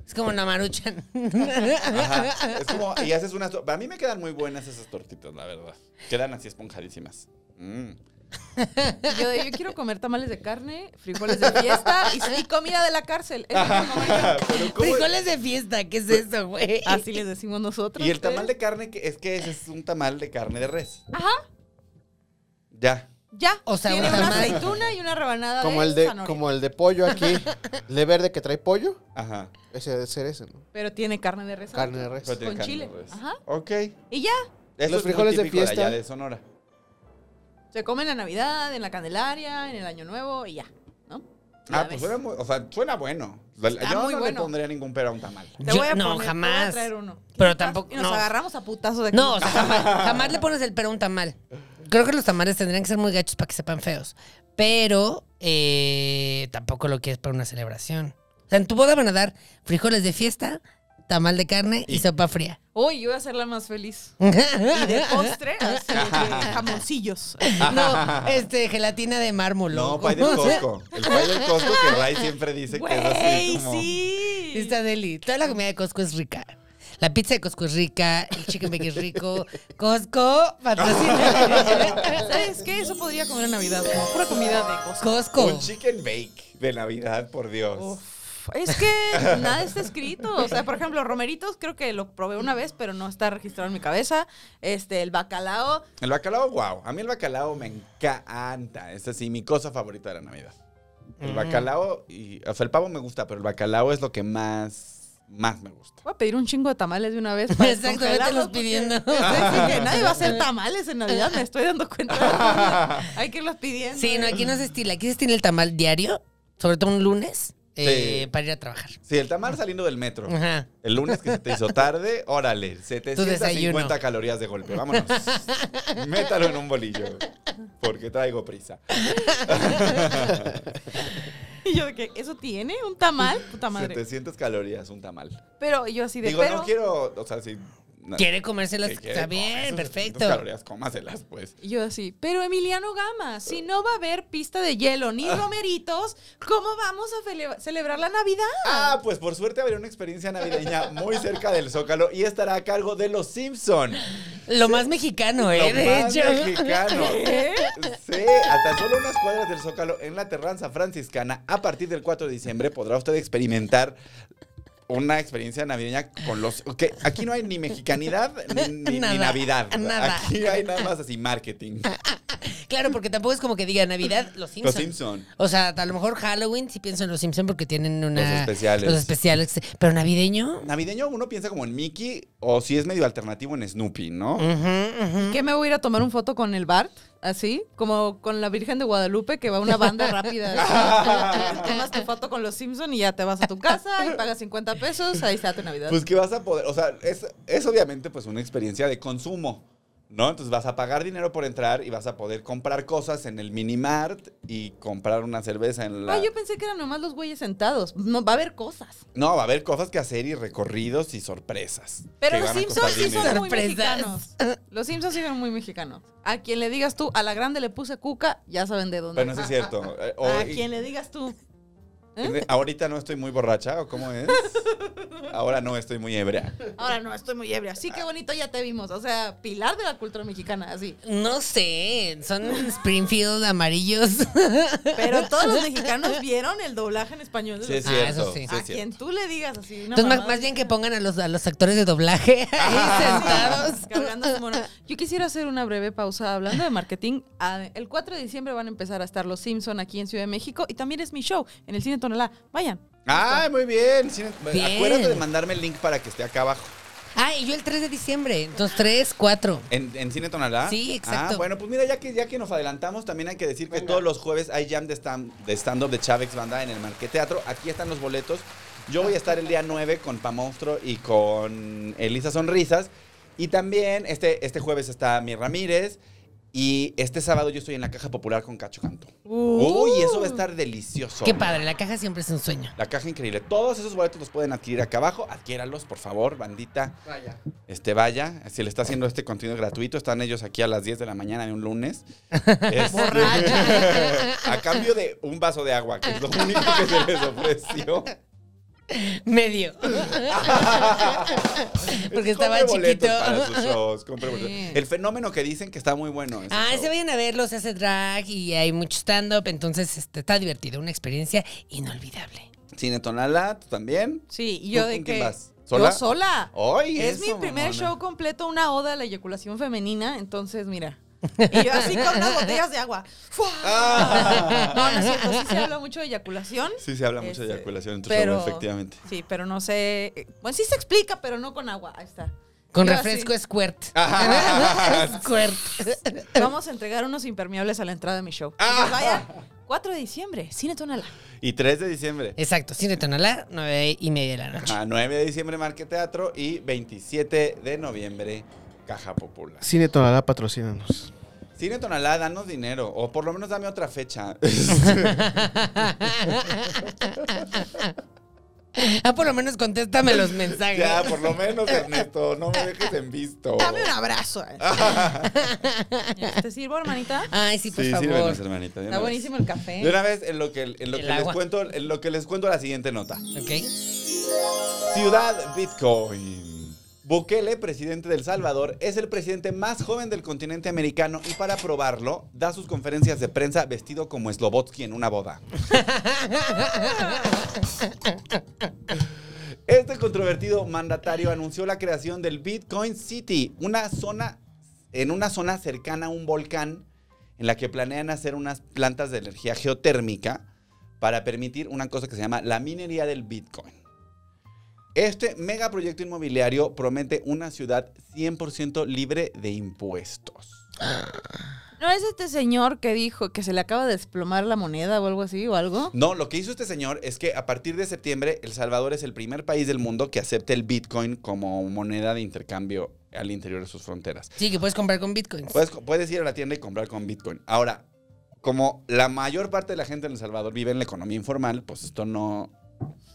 S6: Es como una maruchan.
S5: Ajá. Es como. Y haces unas. tor- A mí me quedan muy buenas esas tortitas, la verdad. Quedan así esponjadísimas. Mm.
S7: Yo, yo quiero comer tamales de carne, frijoles de fiesta y, y comida de la cárcel. Es lo que como Ah, yo.
S5: Pero ¿cómo-
S6: Frijoles Pues de fiesta, ¿qué es eso, güey?
S7: Así les decimos nosotros. ¿eh?
S5: Y el tamal de carne que es que ese es un tamal de carne de res.
S7: Ajá,
S5: Ya.
S7: ya.
S6: O sea,
S7: Tiene
S6: un
S7: una
S6: tamal.
S7: aceituna y una rebanada
S1: Como
S7: de,
S1: el de,
S7: zanahoria.
S1: como el de pollo aquí, el de verde que trae pollo,
S5: Ajá.
S1: ese debe ser ese, ¿no?
S7: Pero tiene carne de res.
S1: Carne de res.
S5: Pero tiene
S7: Con
S5: carne
S7: chile.
S5: de res.
S7: Ajá.
S5: Ok.
S7: Y ya.
S5: Eso
S1: Los
S5: es muy
S1: frijoles de
S5: típico allá
S1: fiesta.
S5: de Sonora.
S7: Se come en la Navidad, en la Candelaria, en el Año Nuevo y ya, ¿no? Ya
S5: Ah,
S7: ves.
S5: pues suena, muy- o sea, suena bueno. Yo
S7: muy
S5: no
S7: bueno.
S5: le pondría ningún pero a un tamal.
S7: Te
S6: Yo-
S7: voy a
S6: no,
S7: poner- te
S6: jamás.
S7: voy a traer uno.
S6: Pero
S7: Y
S6: tampoco-
S7: Y nos
S6: no.
S7: agarramos a putazos de aquí.
S6: No, o sea, jamás, jamás le pones el pero a un tamal. Creo que los tamales tendrían que ser muy gachos para que sepan feos. Pero eh, tampoco lo quieres para una celebración. O sea, en tu boda van a dar frijoles de fiesta, tamal de carne y, sopa fría.
S7: Uy, yo voy a hacerla más feliz. Y de postre, así, de jamoncillos.
S6: Ah, no, este, gelatina de mármol.
S5: No,
S6: loco.
S5: pay del
S6: O sea,
S5: Costco. El pay del Costco que Ray siempre dice que es así.
S7: Güey,
S5: como-
S7: sí. deli.
S6: Está deli. Toda la comida de Costco es rica. La pizza de Costco es rica, el chicken bake es rico. Costco, patrocina.
S7: ¿Sabes qué? Eso podría comer en Navidad. como Pura comida de Costco.
S6: Costco.
S5: Un chicken bake de Navidad, por Dios.
S7: Uf, Es que nada está escrito. O sea, por ejemplo, romeritos creo que lo probé una vez, pero no está registrado en mi cabeza. Este, el bacalao.
S5: El bacalao, wow. A mí el bacalao me encanta. Es así, mi cosa favorita de la Navidad.
S7: Mm.
S5: El bacalao, y, o sea, el pavo me gusta, pero el bacalao es lo que más, más me gusta.
S7: Voy a pedir un chingo de tamales de una vez. para
S6: Exacto, vete los
S7: descongelarlos, porque-
S6: pidiendo.
S7: Así que nadie va a hacer tamales en Navidad, me estoy dando cuenta. Hay que irlos pidiendo.
S6: Sí, no, aquí no se estila. Aquí se estila el tamal diario, sobre todo un lunes, eh,
S5: Sí.
S6: para ir a trabajar.
S5: Sí, el tamal saliendo del metro.
S6: Ajá.
S5: El lunes que se te hizo tarde, órale,
S6: desayuno.
S5: 750 calorías de golpe. Vámonos. Métalo en un bolillo. Porque traigo prisa.
S7: Y yo de que, ¿eso tiene un tamal?
S6: Ah,
S7: Puta madre.
S5: 700 calorías, un tamal.
S7: Pero yo así de
S5: Digo,
S7: pero.
S5: no quiero, o sea, si... no,
S6: Quiere comérselas.
S5: si quiere,
S6: Está
S5: no,
S6: bien,
S5: esas 700
S6: perfecto.
S5: calorías, cómaselas, pues.
S7: Y Yo así, pero Emiliano Gama, si no va a haber pista de hielo ni romeritos, ¿cómo vamos a fele- celebrar la Navidad?
S5: Ah, pues por suerte habrá una experiencia navideña muy cerca del Zócalo y estará a cargo de los Simpson.
S6: Lo más mexicano, ¿eh?
S5: Lo
S6: de
S5: más
S6: hecho.
S5: mexicano.
S6: ¿Eh?
S5: Sí, hasta solo unas cuadras del Zócalo en la terranza franciscana. A partir del 4 de diciembre podrá usted experimentar una experiencia navideña con los... que aquí no hay ni mexicanidad ni, ni- ni
S6: Nada,
S5: Navidad.
S6: nada. Ah,
S5: Aquí hay nada más así marketing.
S6: Claro, porque tampoco es como que diga Navidad, los Simpsons.
S5: Los Simpson.
S6: O sea, a lo mejor Halloween sí pienso en los Simpsons porque tienen una.
S5: Los especiales.
S6: Los especiales. Pero navideño.
S5: Navideño uno piensa como en Mickey o si es medio alternativo en Snoopy, ¿no?
S7: ¿Qué me voy a ir a tomar un foto con el Bart? Así, como con la Virgen de Guadalupe, que va una banda rápida. así. Tomas tu foto con los Simpson y ya te vas a tu casa y pagas 50 pesos, ahí está tu Navidad.
S5: Pues que vas a poder, o sea, es, es obviamente pues una experiencia de consumo, ¿no? Entonces vas a pagar dinero por entrar y vas a poder comprar cosas en el minimart y comprar una cerveza en la...
S7: Ah, yo pensé que eran nomás los güeyes sentados. No, va a haber cosas.
S5: No, va a haber cosas que hacer y recorridos y sorpresas.
S7: Pero
S5: que
S7: los
S5: van a
S7: Simpsons
S5: costar
S7: sí son
S5: dinero.
S7: muy
S6: Sorpresas.
S7: mexicanos. Los Simpsons sí son muy mexicanos. A quien le digas tú, a la grande le puse cuca, ya saben de dónde.
S5: Bueno, eso es cierto. Eh, o-
S7: Ah, a
S5: y-
S7: quien le digas tú.
S5: y- Ahorita no estoy muy borracha, ¿o cómo es? Ahora no estoy muy ebria.
S7: Ahora no, estoy muy ebria. Sí, qué bonito, ya te vimos. O sea, pilar de la cultura mexicana, así.
S6: No sé, son Springfield amarillos.
S7: Pero todos los mexicanos vieron el doblaje en español. de
S5: Sí, es
S7: los-
S6: Ah,
S5: cierto.
S6: eso sí.
S5: sí.
S6: es
S7: a
S5: es
S7: quien
S5: cierto.
S7: tú le digas así. una
S6: Entonces, más,
S7: mamada.
S6: más bien que pongan a los, a los actores de doblaje ahí sentados.
S7: Cargando su mono. Yo quisiera hacer una breve pausa hablando de marketing. Ah, El 4 de diciembre van a empezar a estar los Simpson aquí en Ciudad de México y también es mi show en el Cine Tonalá. Vayan.
S5: ¡Ay, Ah, muy bien! Sí,
S6: Bien.
S5: Acuérdate de mandarme el link para que esté acá abajo.
S6: Ah, y yo el 3 de diciembre. Entonces, 3, 4.
S5: ¿En, en Cine Tonalá?
S6: Sí, exacto.
S5: Ah, bueno, pues mira, ya que, ya que nos adelantamos, también hay que decir que todos los jueves hay jam de stand- de stand-up de, Chávez Banda en el Marqueteatro. Aquí están los boletos. Yo voy a estar el día 9 con Pa Monstro y con Elisa Sonrisas. Y también este, este jueves está Mi Ramírez. Y este sábado yo estoy en la Caja Popular con Cacho Canto.
S7: Uh.
S5: Uy, eso va a estar delicioso.
S6: Qué padre, la caja siempre es un sueño.
S5: La caja increíble. Todos esos boletos los pueden adquirir acá abajo. Adquiéralos, por favor, bandita. Vaya. Este, vaya. Si le está haciendo este contenido gratuito, están ellos aquí a las 10 de la mañana de un lunes. Este, a cambio de un vaso de agua, que es lo único que se les ofreció.
S6: Medio. Porque estaba
S5: Compre boletos
S6: chiquito.
S5: Para sus shows, compre boletos.
S7: Sí.
S5: El fenómeno que dicen que está muy bueno. ese
S6: Ah,
S5: show.
S6: se vayan a verlo, se hace drag y hay mucho stand-up, entonces este, está divertido, una experiencia inolvidable.
S5: Cine Tonalá, tú también.
S7: Sí, y
S5: ¿Tú
S7: yo
S5: con
S7: de
S5: quién
S7: que.
S5: vas? ¿Sola?
S7: Yo sola.
S5: Ay,
S7: es mi
S5: eso,
S7: primer
S5: mamona.
S7: show completo, una oda a la eyaculación femenina, entonces mira. Y yo así con unas botellas de agua. ¡Fua!
S5: Ah.
S7: No, no es cierto, sí se habla mucho de eyaculación.
S5: Sí, se habla mucho de
S7: Este,
S5: eyaculación en tu
S7: pero-
S5: show, efectivamente.
S7: Sí, pero no sé. eh, Bueno, sí se explica, pero no con agua. Ahí está.
S6: Con
S7: Yo
S6: refresco
S7: así,
S6: squirt.
S5: Ah.
S6: squirt.
S7: Vamos a entregar unos impermeables a la entrada de mi show.
S5: Ah.
S7: Entonces, Vaya, 4 de diciembre, Cine Tonalá.
S5: Y 3 de diciembre.
S6: Exacto, cine tonalá, nueve y media de la noche.
S5: A 9 de diciembre Marque Teatro y 27 de noviembre Caja Popular.
S1: Cine Tonalá, patrocínanos.
S5: Cine Tonalá, danos dinero o por lo menos dame otra fecha.
S6: Ah, por lo menos contéstame los mensajes.
S5: ya, pues. por lo menos Ernesto, no me dejes en visto.
S7: Dame un abrazo. eh.
S5: Ah.
S7: ¿Te sirvo, hermanita?
S6: Ay, sí, por
S5: Sí,
S6: favor. ¿eh?
S5: sírvenos, hermanita. de
S7: Está
S5: una vez.
S7: buenísimo el café.
S5: De una vez en lo que en lo
S6: El
S5: que les
S6: agua.
S5: cuento en lo que les cuento la siguiente nota.
S6: ok.
S5: Ciudad Bitcoin. Bukele, presidente del Salvador, es el presidente más joven del continente americano y para probarlo, da sus conferencias de prensa vestido como Slobotsky en una boda. Este controvertido mandatario anunció la creación del Bitcoin City, una zona en una zona cercana a un volcán en la que planean hacer unas plantas de energía geotérmica para permitir una cosa que se llama la minería del Bitcoin. Este megaproyecto inmobiliario promete una ciudad 100% libre de impuestos.
S7: ¿No es este señor que dijo que se le acaba de desplomar la moneda o algo así o algo?
S5: No, lo que hizo este señor es que a partir de septiembre, El Salvador es el primer país del mundo que acepta el Bitcoin como moneda de intercambio al interior de sus fronteras.
S6: Sí, que puedes comprar con bitcoins.
S5: Puedes, puedes ir a la tienda y comprar con Bitcoin. Ahora, como la mayor parte de la gente en El Salvador vive en la economía informal, pues esto no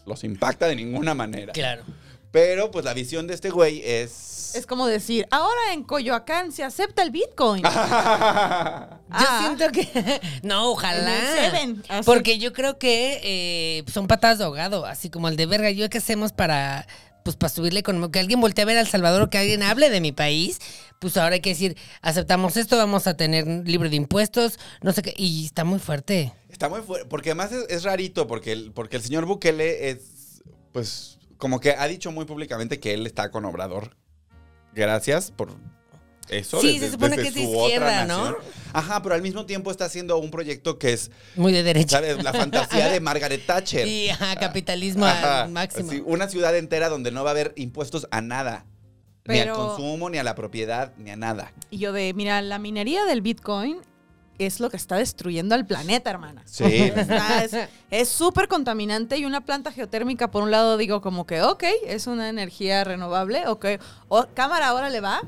S5: los impacta de ninguna manera.
S6: Claro.
S5: Pero pues la visión de este güey es...
S7: Es como decir, ahora en Coyoacán se acepta el Bitcoin. Ah.
S6: Yo siento que. No, ojalá.
S7: En el Seven, Ah, así.
S6: Porque yo creo que eh, son patadas de ahogado, así como el de verga. ¿Yo qué hacemos para.? Pues para subir la economía, que alguien voltee a ver al Salvador, o que alguien hable de mi país, pues ahora hay que decir, aceptamos esto, vamos a tener libre de impuestos, no sé qué, y está muy fuerte.
S5: Está muy fuerte. Porque además es, es rarito, porque el, porque el señor Bukele es, pues, como que ha dicho muy públicamente que él está con Obrador. Gracias por eso.
S6: Sí, se supone que es de
S5: su otra
S6: izquierda, ¿no?
S5: nación. Ajá, pero al mismo tiempo está haciendo un proyecto que es,
S6: Muy de derecha.
S5: ¿sabes? La fantasía de Margaret Thatcher.
S6: Sí, ajá, capitalismo
S5: Ah, Ajá,
S6: al máximo.
S5: sí, una ciudad entera donde no va a haber impuestos a nada. Ni al
S7: Pero-
S5: consumo, ni a la propiedad, ni a nada.
S7: Y yo de, mira, la minería del Bitcoin es lo que está destruyendo al planeta, hermana.
S5: Sí.
S7: Está- es- es súper contaminante y una planta geotérmica, por un lado, digo como que, ok, es una energía renovable, ok, o, cámara ahora le va,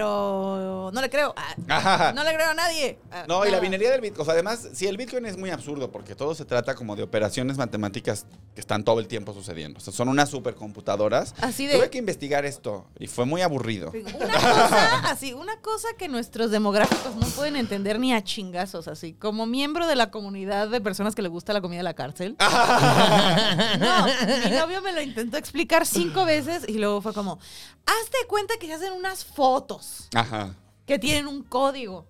S7: pero no le creo. Ah,
S5: Ajá.
S7: No le creo a nadie. Ah,
S5: No, y la
S7: nada.
S5: minería del Bitcoin. O sea, además, sí, el Bitcoin es muy absurdo porque todo se trata como de operaciones matemáticas que están todo el tiempo sucediendo. O sea, son unas supercomputadoras.
S7: Así de-
S5: Tuve que investigar esto y fue muy aburrido.
S7: Una cosa, así, una cosa que nuestros demográficos no pueden entender ni a chingazos, así. Como miembro de la comunidad de personas que le gusta la comida de la cárcel. No, mi novio me lo intentó explicar cinco veces y luego fue como, hazte cuenta que se hacen unas fotos
S5: Ajá,
S7: que tienen un código.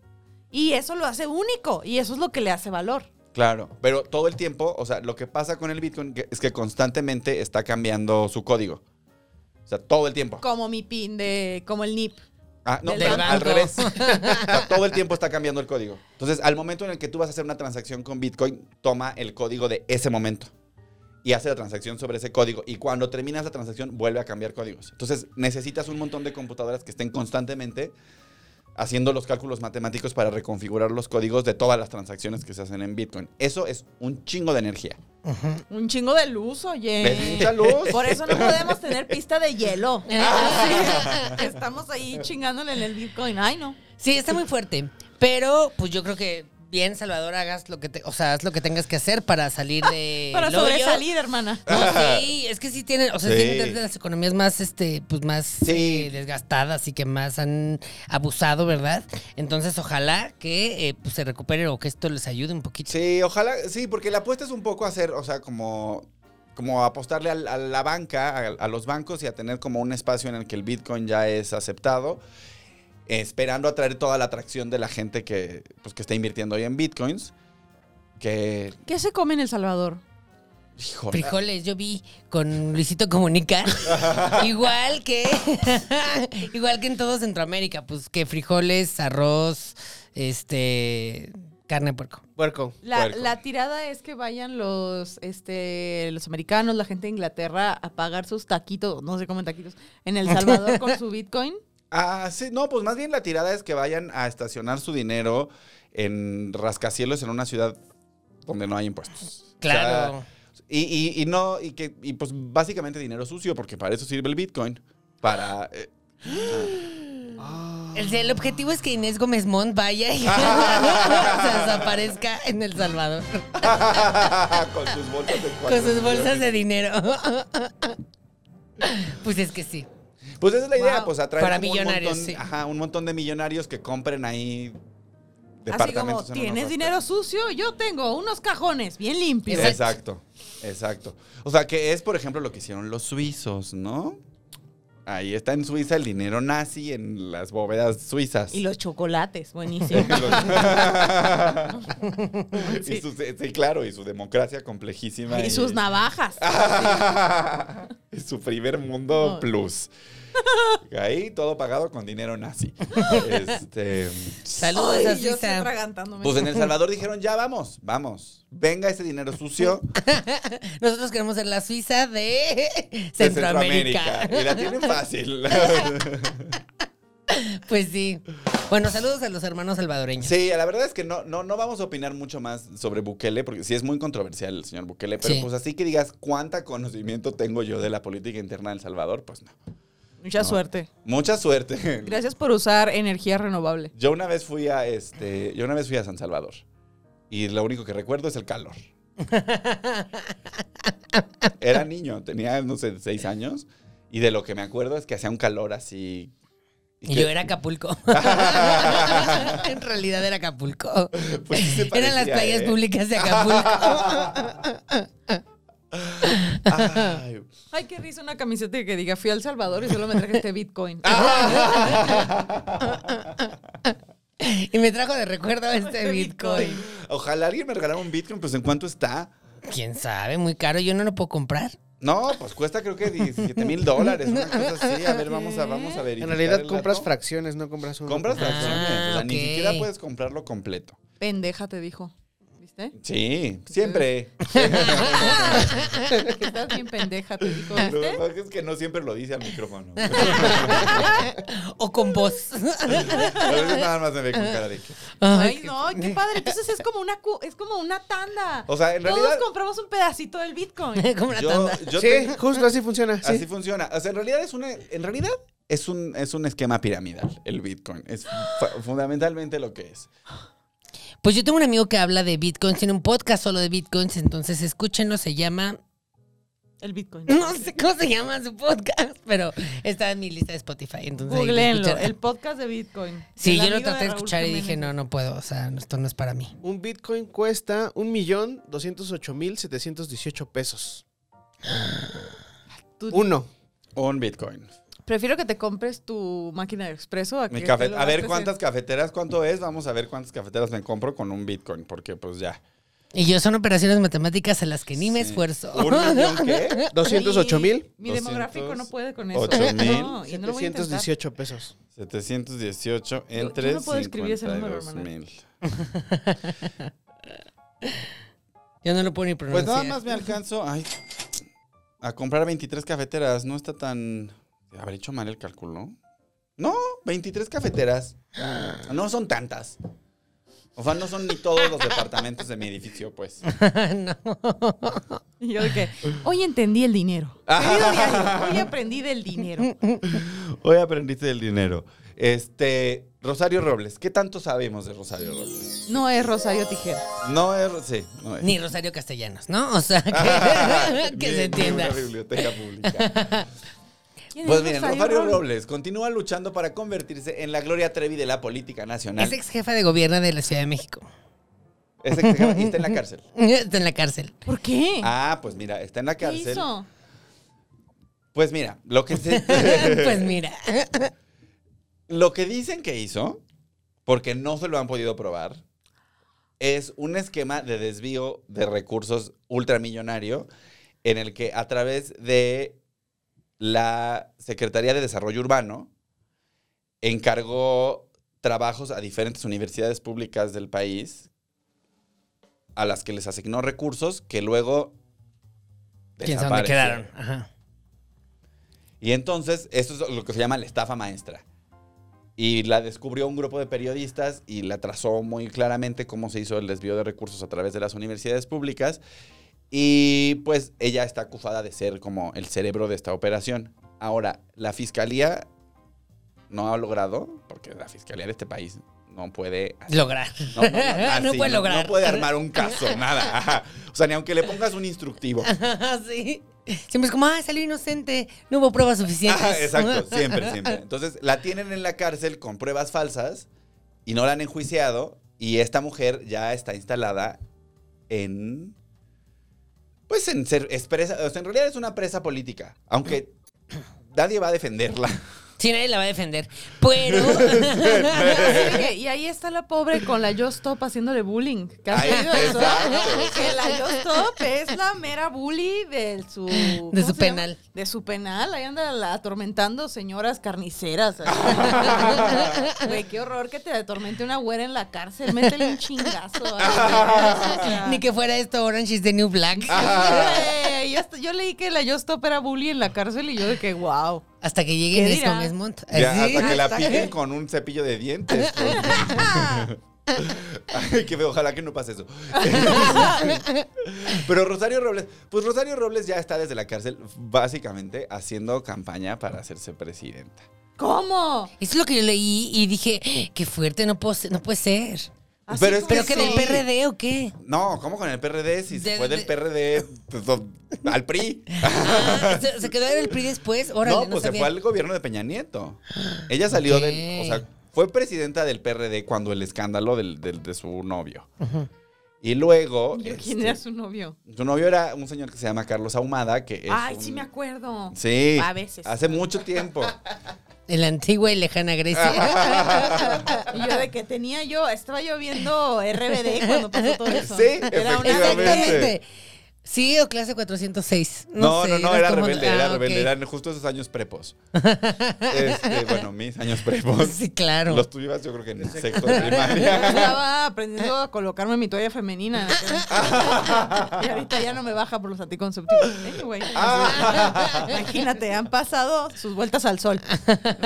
S7: Y eso lo hace único y eso es lo que le hace valor.
S5: claro. Pero todo el tiempo, o sea, lo que pasa con el Bitcoin que- es que constantemente está cambiando su código. O sea, todo el tiempo.
S7: Como mi pin de, como el NIP.
S5: Ah, no,
S6: Del
S5: pero al
S6: banco.
S5: revés. O sea, todo el tiempo está cambiando el código. Entonces, al momento en el que tú vas a hacer una transacción con Bitcoin, toma el código de ese momento y hace la transacción sobre ese código. Y cuando terminas la transacción, vuelve a cambiar códigos. Entonces, necesitas un montón de computadoras que estén constantemente haciendo los cálculos matemáticos para reconfigurar los códigos de todas las transacciones que se hacen en Bitcoin. Eso es un chingo de energía.
S7: Un chingo de luz, oye.
S5: ¿Ves? Mucha luz.
S7: Por eso no podemos tener pista de hielo. Así, Estamos ahí chingándole en el Bitcoin. Ay, no.
S6: Sí, está muy fuerte. Pero, pues yo creo que bien, Salvador, hagas lo que te, o sea, haz lo que tengas que hacer para salir de.
S7: Ah, Para
S6: el hoyo.
S7: sobresalir, hermana.
S6: No, sí, es que sí tienen, o sea,
S5: Sí.
S6: tienen de las economías más, este, pues más
S5: Sí.
S6: eh, desgastadas y que más han abusado, ¿verdad? Entonces, ojalá que eh, pues, se recupere o que esto les ayude un poquito.
S5: Sí, ojalá, sí, porque la apuesta es un poco hacer, o sea, como, como apostarle al- a, la banca, a, a los bancos y a tener como un espacio en el que el Bitcoin ya es aceptado, esperando atraer toda la atracción de la gente que, pues, que está invirtiendo hoy en Bitcoins, que,
S7: ¿Qué se come en El Salvador?
S5: híjole,
S6: Frijoles, yo vi con Luisito Comunica, igual que igual que en todo Centroamérica, pues que frijoles, arroz, este, carne de puerco.
S1: Puerco.
S7: La,
S5: Puerco.
S7: la tirada es que vayan los, este, los americanos, la gente de Inglaterra, a pagar sus taquitos, no sé comen taquitos, en El Salvador con su Bitcoin.
S5: Ah, sí, no, pues más bien la tirada es que vayan a estacionar su dinero en rascacielos en una ciudad donde no hay impuestos.
S6: Claro.
S5: O sea, y, y- y no, y que, y pues básicamente dinero sucio, porque para eso sirve el Bitcoin. Para. eh,
S6: El, el objetivo es que Inés Gómez Mont vaya y se desaparezca en El Salvador
S5: con sus bolsas de
S6: con
S5: cuatro
S6: sus bolsas
S5: millones.
S6: de dinero. Pues es que sí.
S5: Pues esa es la idea,
S7: Wow.
S5: pues atraer
S6: Para
S5: como
S6: millonarios,
S5: un montón,
S6: sí.
S5: ajá, un montón de millonarios que compren ahí
S7: Así
S5: departamentos. en
S7: como,
S5: unos
S7: tienes
S5: rascacielos.
S7: dinero sucio, yo tengo unos cajones bien limpios.
S5: Exacto, exacto. O sea, que es, por ejemplo, lo que hicieron los suizos, ¿no? Ahí está en Suiza el dinero nazi en las bóvedas suizas.
S7: Y los chocolates, buenísimo.
S5: Y su- sí, claro, y su democracia complejísima.
S7: y sus navajas.
S5: Y su primer mundo
S7: No.
S5: plus. Ahí todo pagado con dinero nazi. Este,
S6: Saludos
S7: Ay,
S6: a
S7: yo estoy
S6: Suiza.
S7: atragantándome.
S5: pues en El Salvador dijeron, ya vamos, vamos. Venga ese dinero sucio
S6: Nosotros queremos ser la Suiza de
S5: de
S6: Centroamérica.
S5: Centroamérica. Y la tienen fácil.
S6: Pues sí. Bueno, saludos a los hermanos salvadoreños.
S5: Sí, la verdad es que no, no, no vamos a opinar mucho más sobre Bukele, porque sí es muy controversial el señor Bukele, pero
S6: Sí.
S5: pues así que digas cuánta conocimiento tengo yo de la política interna de El Salvador, pues no.
S7: Mucha suerte.
S5: Mucha suerte.
S7: Gracias por usar energía renovable.
S5: Yo una vez fui a este, yo una vez fui a San Salvador y lo único que recuerdo es el calor. Era niño, tenía no sé seis años y de lo que me acuerdo es que hacía un calor así.
S6: Y
S5: que-
S6: yo era Acapulco. en realidad era Acapulco.
S5: Pues sí se
S6: Eran las
S5: parecía,
S6: playas
S5: ¿eh?
S6: públicas de Acapulco.
S5: Ay.
S7: Ay, qué risa una camiseta que diga, fui al Salvador y solo me traje este Bitcoin.
S6: y me trajo de recuerdo este Bitcoin.
S5: Ojalá alguien me regalara un Bitcoin, pues ¿en cuánto está?
S6: ¿Quién sabe? Muy caro. Yo no lo puedo comprar.
S5: No, pues cuesta creo que 17 mil dólares, una cosa así. A ver, vamos a, vamos a
S1: En
S5: verificar.
S1: realidad
S5: el
S1: compras
S5: dato.
S1: fracciones, Ah, no compras un.
S5: Compras fracciones, o sea, ni
S6: ok.
S5: siquiera puedes comprarlo completo.
S7: Pendeja te dijo. ¿Viste?
S5: Sí, siempre.
S7: Que Estás bien pendeja, te dijo.
S5: Lo que
S7: ¿Viste?
S5: pasa es que no siempre lo dice al micrófono.
S6: o con voz.
S5: A veces nada más me ve con cara de que-
S7: Ay, no, qué padre. Entonces es como una, cu- es como una tanda.
S5: O sea, en realidad-
S7: Todos compramos un pedacito del Bitcoin.
S6: Como una
S5: Yo,
S6: tanda.
S5: yo
S1: sí,
S5: tengo-
S1: justo así funciona. sí.
S5: Así funciona. O sea, en realidad es una, en realidad es un, es un esquema piramidal, el Bitcoin. Es fu- fundamentalmente lo que es.
S6: Pues yo tengo un amigo que habla de bitcoins, tiene un podcast solo de bitcoins, entonces escúchenlo, se llama...
S7: El Bitcoin.
S6: No sé cómo se llama su podcast, pero está en mi lista de Spotify, entonces... ahí lo
S7: Googleenlo,
S6: escucharán.
S7: el podcast de Bitcoin.
S6: Sí,
S7: El
S6: yo lo
S7: amigo
S6: traté de
S7: Raúl
S6: escuchar y
S7: Jiménez.
S6: dije, no, no puedo, o sea, no, esto no es para mí.
S1: Un Bitcoin cuesta 1.208.718 pesos.
S7: Tú-
S1: Uno.
S5: Un Bitcoin.
S7: Prefiero que te compres tu máquina de expreso a que
S5: Mi
S7: te
S5: cafe-
S7: lo
S5: a ver
S7: gastes
S5: cuántas cafeteras, cuánto es. Vamos a ver cuántas cafeteras me compro con un Bitcoin, porque pues ya.
S6: Y yo son operaciones matemáticas a las que ni me esfuerzo.
S5: ¿Un millón qué?
S7: Y
S1: 208.000.
S7: Mi demográfico no puede con eso.
S5: 8,000.
S7: No, y no lo voy a intentar.
S1: 718 pesos.
S5: 718
S7: yo
S5: entre
S7: no puedo escribir ese número,
S5: 52,000.
S6: Yo no lo puedo ni
S5: Pues
S6: pronunciar.
S5: nada más me alcanzo ay, a comprar 23 cafeteras. No está tan. ¿Habré hecho mal el cálculo? No, 23 cafeteras. No son tantas. O sea, no son ni todos los departamentos de mi edificio, pues.
S7: Y yo dije, hoy entendí el dinero. Querido diario, hoy aprendí del dinero.
S5: Hoy aprendiste del dinero. Este, Rosario Robles. ¿Qué tanto sabemos de Rosario Robles?
S7: No es Rosario Tijera.
S5: No es. Sí, no es.
S6: Ni Rosario Castellanos, ¿no? O sea, que, que
S5: Ni-
S6: se
S5: ni
S6: entienda.
S5: una biblioteca pública.
S7: ¿Quién
S5: Pues
S7: es
S5: miren, Rosario Robles continúa luchando para convertirse en la Gloria Trevi de la política nacional.
S6: Es ex jefa de gobierno de la Ciudad de México.
S5: Es ex- y está en la cárcel.
S6: Está en la cárcel.
S7: ¿Por qué?
S5: Ah, pues mira, está en la
S7: ¿Qué
S5: cárcel.
S7: hizo?
S5: Pues mira, lo que se-
S6: pues mira.
S5: lo que dicen que hizo, porque no se lo han podido probar, es un esquema de desvío de recursos ultramillonario en el que a través de la Secretaría de Desarrollo Urbano encargó trabajos a diferentes universidades públicas del país a las que les asignó recursos que luego
S6: ¿Quién sabe dónde
S5: desaparecieron.
S6: quedaron? Ajá.
S5: Y entonces, esto es lo que se llama la estafa maestra. Y la descubrió un grupo de periodistas y la trazó muy claramente cómo se hizo el desvío de recursos a través de las universidades públicas. Y pues ella está acusada de ser como el cerebro de esta operación. Ahora, la fiscalía no ha logrado, porque la fiscalía de este país no puede...
S6: Lograr.
S5: No, no, no, así,
S6: No puede
S5: no-
S6: lograr.
S5: No puede armar un caso, nada. Ajá. O sea, ni aunque le pongas un instructivo.
S6: sí. Siempre es como, ah, salió inocente. No hubo pruebas suficientes.
S5: Ajá, Ah, exacto, siempre, siempre. Entonces la tienen en la cárcel con pruebas falsas y no la han enjuiciado Y esta mujer ya está instalada en. Pues en ser. es presa- o sea, en realidad es una presa política. Aunque nadie va a defenderla.
S6: Sí, nadie la va a defender. Pero.
S7: Así de que- y ahí está la pobre con la Yo Stop haciéndole bullying. ¿Qué has
S5: Ay,
S7: oído eso?
S5: exacto.
S7: Que la Yo Stop es la mera bully de su... ¿cómo
S6: De su
S7: se llama?
S6: penal.
S7: De su penal. Ahí anda la- atormentando señoras carniceras. ahí. Güey, qué horror que te atormente una güera en la cárcel. Métele un chingazo. ahí. O sea,
S6: Ni que fuera esto Orange is the New Black.
S5: Ah.
S7: güey, yo, hasta- yo leí que la Yo Stop era bully en la cárcel y yo de que wow.
S6: Hasta que
S7: ¿Qué
S6: lleguen es
S7: dirá?
S6: Gómez Mont.
S5: Ya,
S6: Así.
S5: hasta que la
S7: Eh, hasta
S5: piquen
S7: que-
S5: con un cepillo de dientes. pues. Ay, qué feo, ojalá que no pase eso. Pero Rosario Robles, pues Rosario Robles ya está desde la cárcel, básicamente haciendo campaña para hacerse presidenta.
S7: ¿Cómo?
S6: Eso es lo que yo leí y dije, qué fuerte, no, puedo ser- no puede ser.
S7: Así
S5: Pero es
S7: como
S6: ¿Pero
S5: Sí.
S6: que del PRD o qué?
S5: No, ¿cómo con el PRD? Si se
S6: De-
S5: fue
S6: de-
S5: del PRD pues, o- al PRI.
S6: Ah, ¿se, se quedó en el PRI después? Órale, no,
S5: no, pues se
S6: sabía.
S5: fue al gobierno de Peña Nieto. Ella salió
S6: Ok.
S5: del. O sea, fue presidenta del PRD cuando el escándalo del, del- de su novio. Y luego.
S7: Yo, ¿Quién
S5: este,
S7: era su novio?
S5: Su novio era un señor que se llama Carlos Ahumada, que es.
S7: Ay,
S5: un-
S7: sí me acuerdo.
S5: Sí.
S7: A veces.
S5: Hace mucho tiempo.
S6: En la antigua y lejana Grecia.
S7: Y yo de que tenía yo, estaba yo viendo RBD cuando pasó todo eso.
S5: Sí, efectivamente.
S6: Exactamente. Sí, o clase 406.
S5: No,
S6: No, sé,
S5: no, no,
S6: eras
S5: era
S6: como-
S5: rebelde,
S6: Ah,
S5: era
S6: ok.
S5: rebelde. Eran justo esos años prepos. Este, bueno, mis años prepos.
S6: Sí, claro.
S5: Los tuyos yo creo que en el sexto de primaria.
S7: Estaba aprendiendo a colocarme mi toalla femenina. Y ahorita ya no me baja por los anticonceptivos. Anyway,
S5: Ah.
S7: imagínate, han pasado sus vueltas al sol.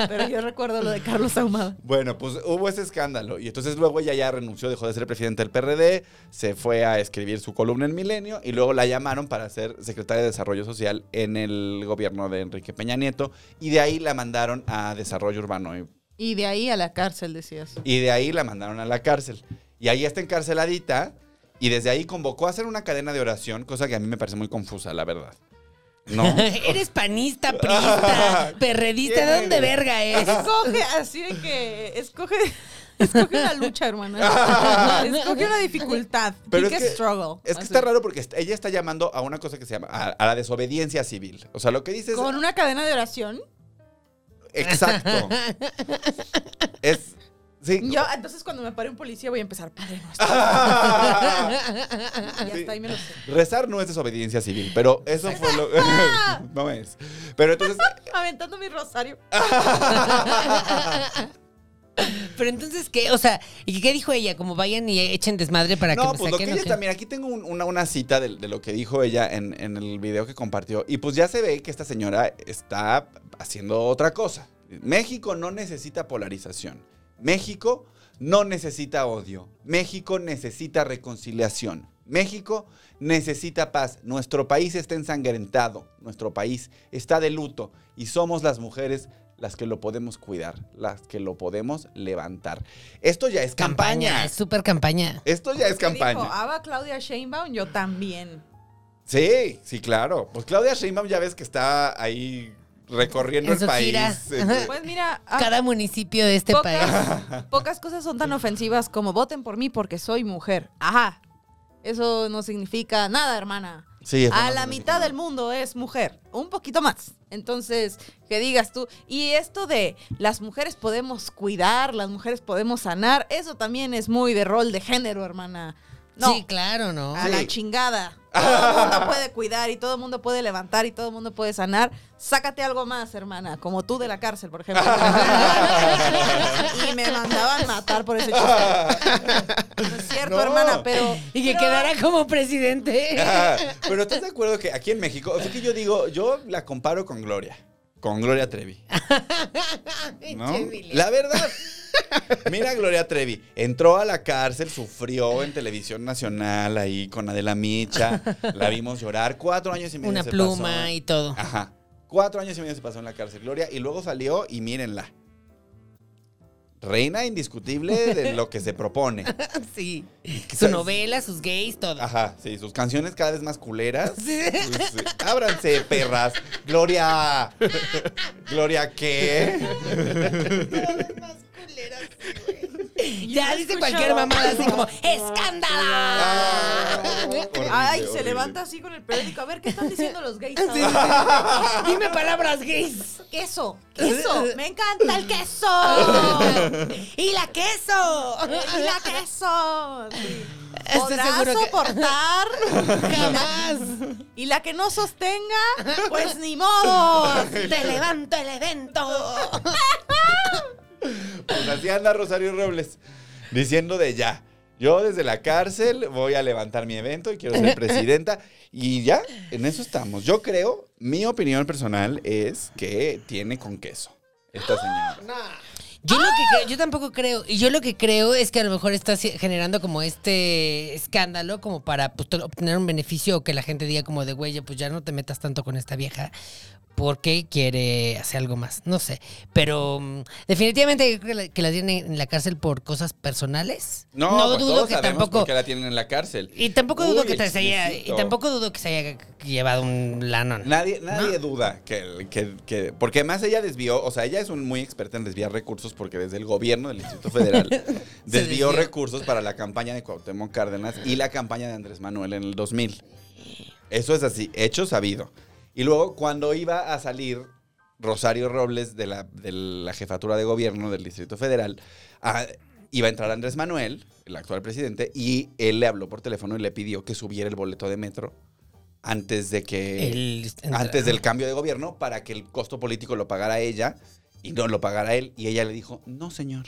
S7: Pero yo recuerdo lo de Carlos Ahumada.
S5: Bueno, pues hubo ese escándalo. Y entonces luego ella ya renunció, dejó de ser presidenta del PRD, se fue a escribir su columna en Milenio y luego la llamaron para ser secretaria de Desarrollo Social en el gobierno de Enrique Peña Nieto. Y de ahí la mandaron a Desarrollo Urbano y
S7: Y de ahí a la cárcel, decías.
S5: Y de ahí la mandaron a la cárcel. Y ahí está encarceladita. Y desde ahí convocó a hacer una cadena de oración, cosa que a mí me parece muy confusa, la verdad. No.
S6: Eres panista, priista, perredista,
S5: ¿Quién
S6: ¿de dónde
S5: eres?
S6: verga es?
S7: Escoge, así de que, escoge, escoge una lucha, hermana. Escoge una dificultad.
S5: Pero
S7: Pick
S5: es
S7: a
S5: que-
S7: struggle.
S5: Es que
S7: Así.
S5: está raro porque est- ella está llamando a una cosa que se llama a, a la desobediencia civil. O sea, lo que dice es
S7: Con una cadena de oración.
S5: exacto. es sí.
S7: Yo, entonces cuando me pare un policía voy a empezar, Padre Nuestro. Ya
S5: Sí.
S7: está, ahí me lo sé.
S5: Rezar no es desobediencia civil, pero eso fue lo no es. Pero entonces
S7: Aventando mi rosario.
S6: Pero entonces, ¿qué? O sea, ¿y qué dijo ella? Como vayan y echen desmadre para que
S5: No,
S6: me
S5: pues lo que
S6: saquen.
S5: ella
S6: ¿o qué?
S5: también, aquí tengo un- una, una cita de, de lo que dijo ella en, en el video que compartió. Y pues ya se ve que esta señora está haciendo otra cosa. México no necesita polarización. México no necesita odio. México necesita reconciliación. México necesita paz. Nuestro país está ensangrentado. Nuestro país está de luto. Y somos las mujeres las que lo podemos cuidar, las que lo podemos levantar. Esto ya es campaña.
S6: Es súper campaña.
S5: Esto ya es
S7: ¿Qué
S5: campaña.
S7: Dijo, Ava Claudia Sheinbaum, yo también.
S5: Sí, sí, claro. Pues Claudia Sheinbaum ya ves que está ahí recorriendo
S6: En
S5: el
S6: su
S5: país.
S6: gira.
S5: Eh,
S7: Pues mira, ah,
S6: Cada municipio de este país.
S7: pocas, pocas cosas son tan ofensivas como voten por mí porque soy mujer. Ajá. Eso no significa nada, hermana.
S5: Sí, es
S7: A
S5: verdad, no
S7: la
S5: significa
S7: mitad
S5: nada.
S7: del mundo es mujer, un poquito más. Entonces, que digas tú, y esto de las mujeres podemos cuidar, las mujeres podemos sanar, eso también es muy de rol de género, hermana. No,
S6: Sí, claro, ¿no? Ah.
S7: a la chingada. Todo el mundo puede cuidar y todo el mundo puede levantar y todo el mundo puede sanar. Sácate algo más, hermana, como tú de la cárcel, por ejemplo. y me mandaban matar por ese chiste. No es cierto,
S5: No.
S7: hermana, pero...
S6: Y que
S7: pero-
S6: quedara como presidente.
S5: Ah, Pero estás de acuerdo que aquí en México, o sea que yo digo, yo la comparo con Gloria. Con Gloria Trevi. ¿no?
S6: Pinche Emilio.
S5: La verdad. Mira a Gloria Trevi. Entró a la cárcel, sufrió en televisión nacional ahí con Adela Micha. La vimos llorar. Cuatro años y medio.
S6: Una
S5: se
S6: pluma
S5: pasó.
S6: y todo.
S5: Ajá. Cuatro años y medio se pasó en la cárcel, Gloria, y luego salió y mírenla. Reina indiscutible de lo que se propone.
S6: Sí. Su
S5: Ah. quizás- Ah.
S6: novela, sus gays, todo.
S5: Ajá, sí, sus canciones cada vez más culeras.
S6: Sí.
S5: Pues, sí. ábranse, perras. Gloria. Gloria, ¿qué?
S6: Ya
S7: no
S6: dice
S7: escuchaba.
S6: cualquier mamada así como ¡Escándala!
S7: Ay,
S5: Horrible,
S7: se
S5: horrible.
S7: levanta así con el periódico. A ver, ¿qué están diciendo los gays?
S6: Sí, sí,
S7: ahora?
S6: sí. Dime palabras gays.
S7: Queso, queso, me encanta el queso.
S6: ¡Y la queso!
S7: Y la queso. Sí.
S6: Estoy
S7: Podrá
S6: seguro que-
S7: soportar.
S6: ¡Jamás!
S7: Y la que no sostenga, pues ni modo.
S6: ¡Te levanto el evento!
S5: Pues así anda Rosario Robles, diciendo de ya. Yo desde la cárcel voy a levantar mi evento y quiero ser presidenta. Y ya, en eso estamos. Yo creo, mi opinión personal es que tiene con queso esta señora.
S6: Yo, lo que creo- yo tampoco creo, y yo lo que creo es que a lo mejor está haci- generando como este escándalo como para pues, to- obtener un beneficio o que la gente diga como de, güey, ya, pues ya no te metas tanto con esta vieja porque quiere hacer algo más, no sé. Pero mm, definitivamente yo creo que la, que la tienen en la cárcel por cosas personales.
S5: No, pues todos sabemos por qué la tienen en la cárcel.
S6: Y tampoco dudo
S5: Uy,
S6: que te- se haya, y
S5: exquisito.
S6: tampoco dudo que se haya llevado un lano.
S5: Nadie, nadie duda que, que- que- Porque además ella desvió, o sea, ella es un muy experta en desviar recursos porque desde el gobierno del Instituto Federal
S6: desvió.
S5: desvió recursos para la campaña de Cuauhtémoc Cárdenas y la campaña de Andrés Manuel en el 2000. Eso es así, hecho sabido. Y luego cuando iba a salir Rosario Robles de la, de la jefatura de gobierno del Distrito Federal, ah, iba a entrar Andrés Manuel, el actual presidente, y él le habló por teléfono y le pidió que subiera el boleto de metro antes de que
S6: El-
S5: antes del cambio de gobierno para que el costo político lo pagara ella y no lo pagara él. Y ella le dijo, no, señor.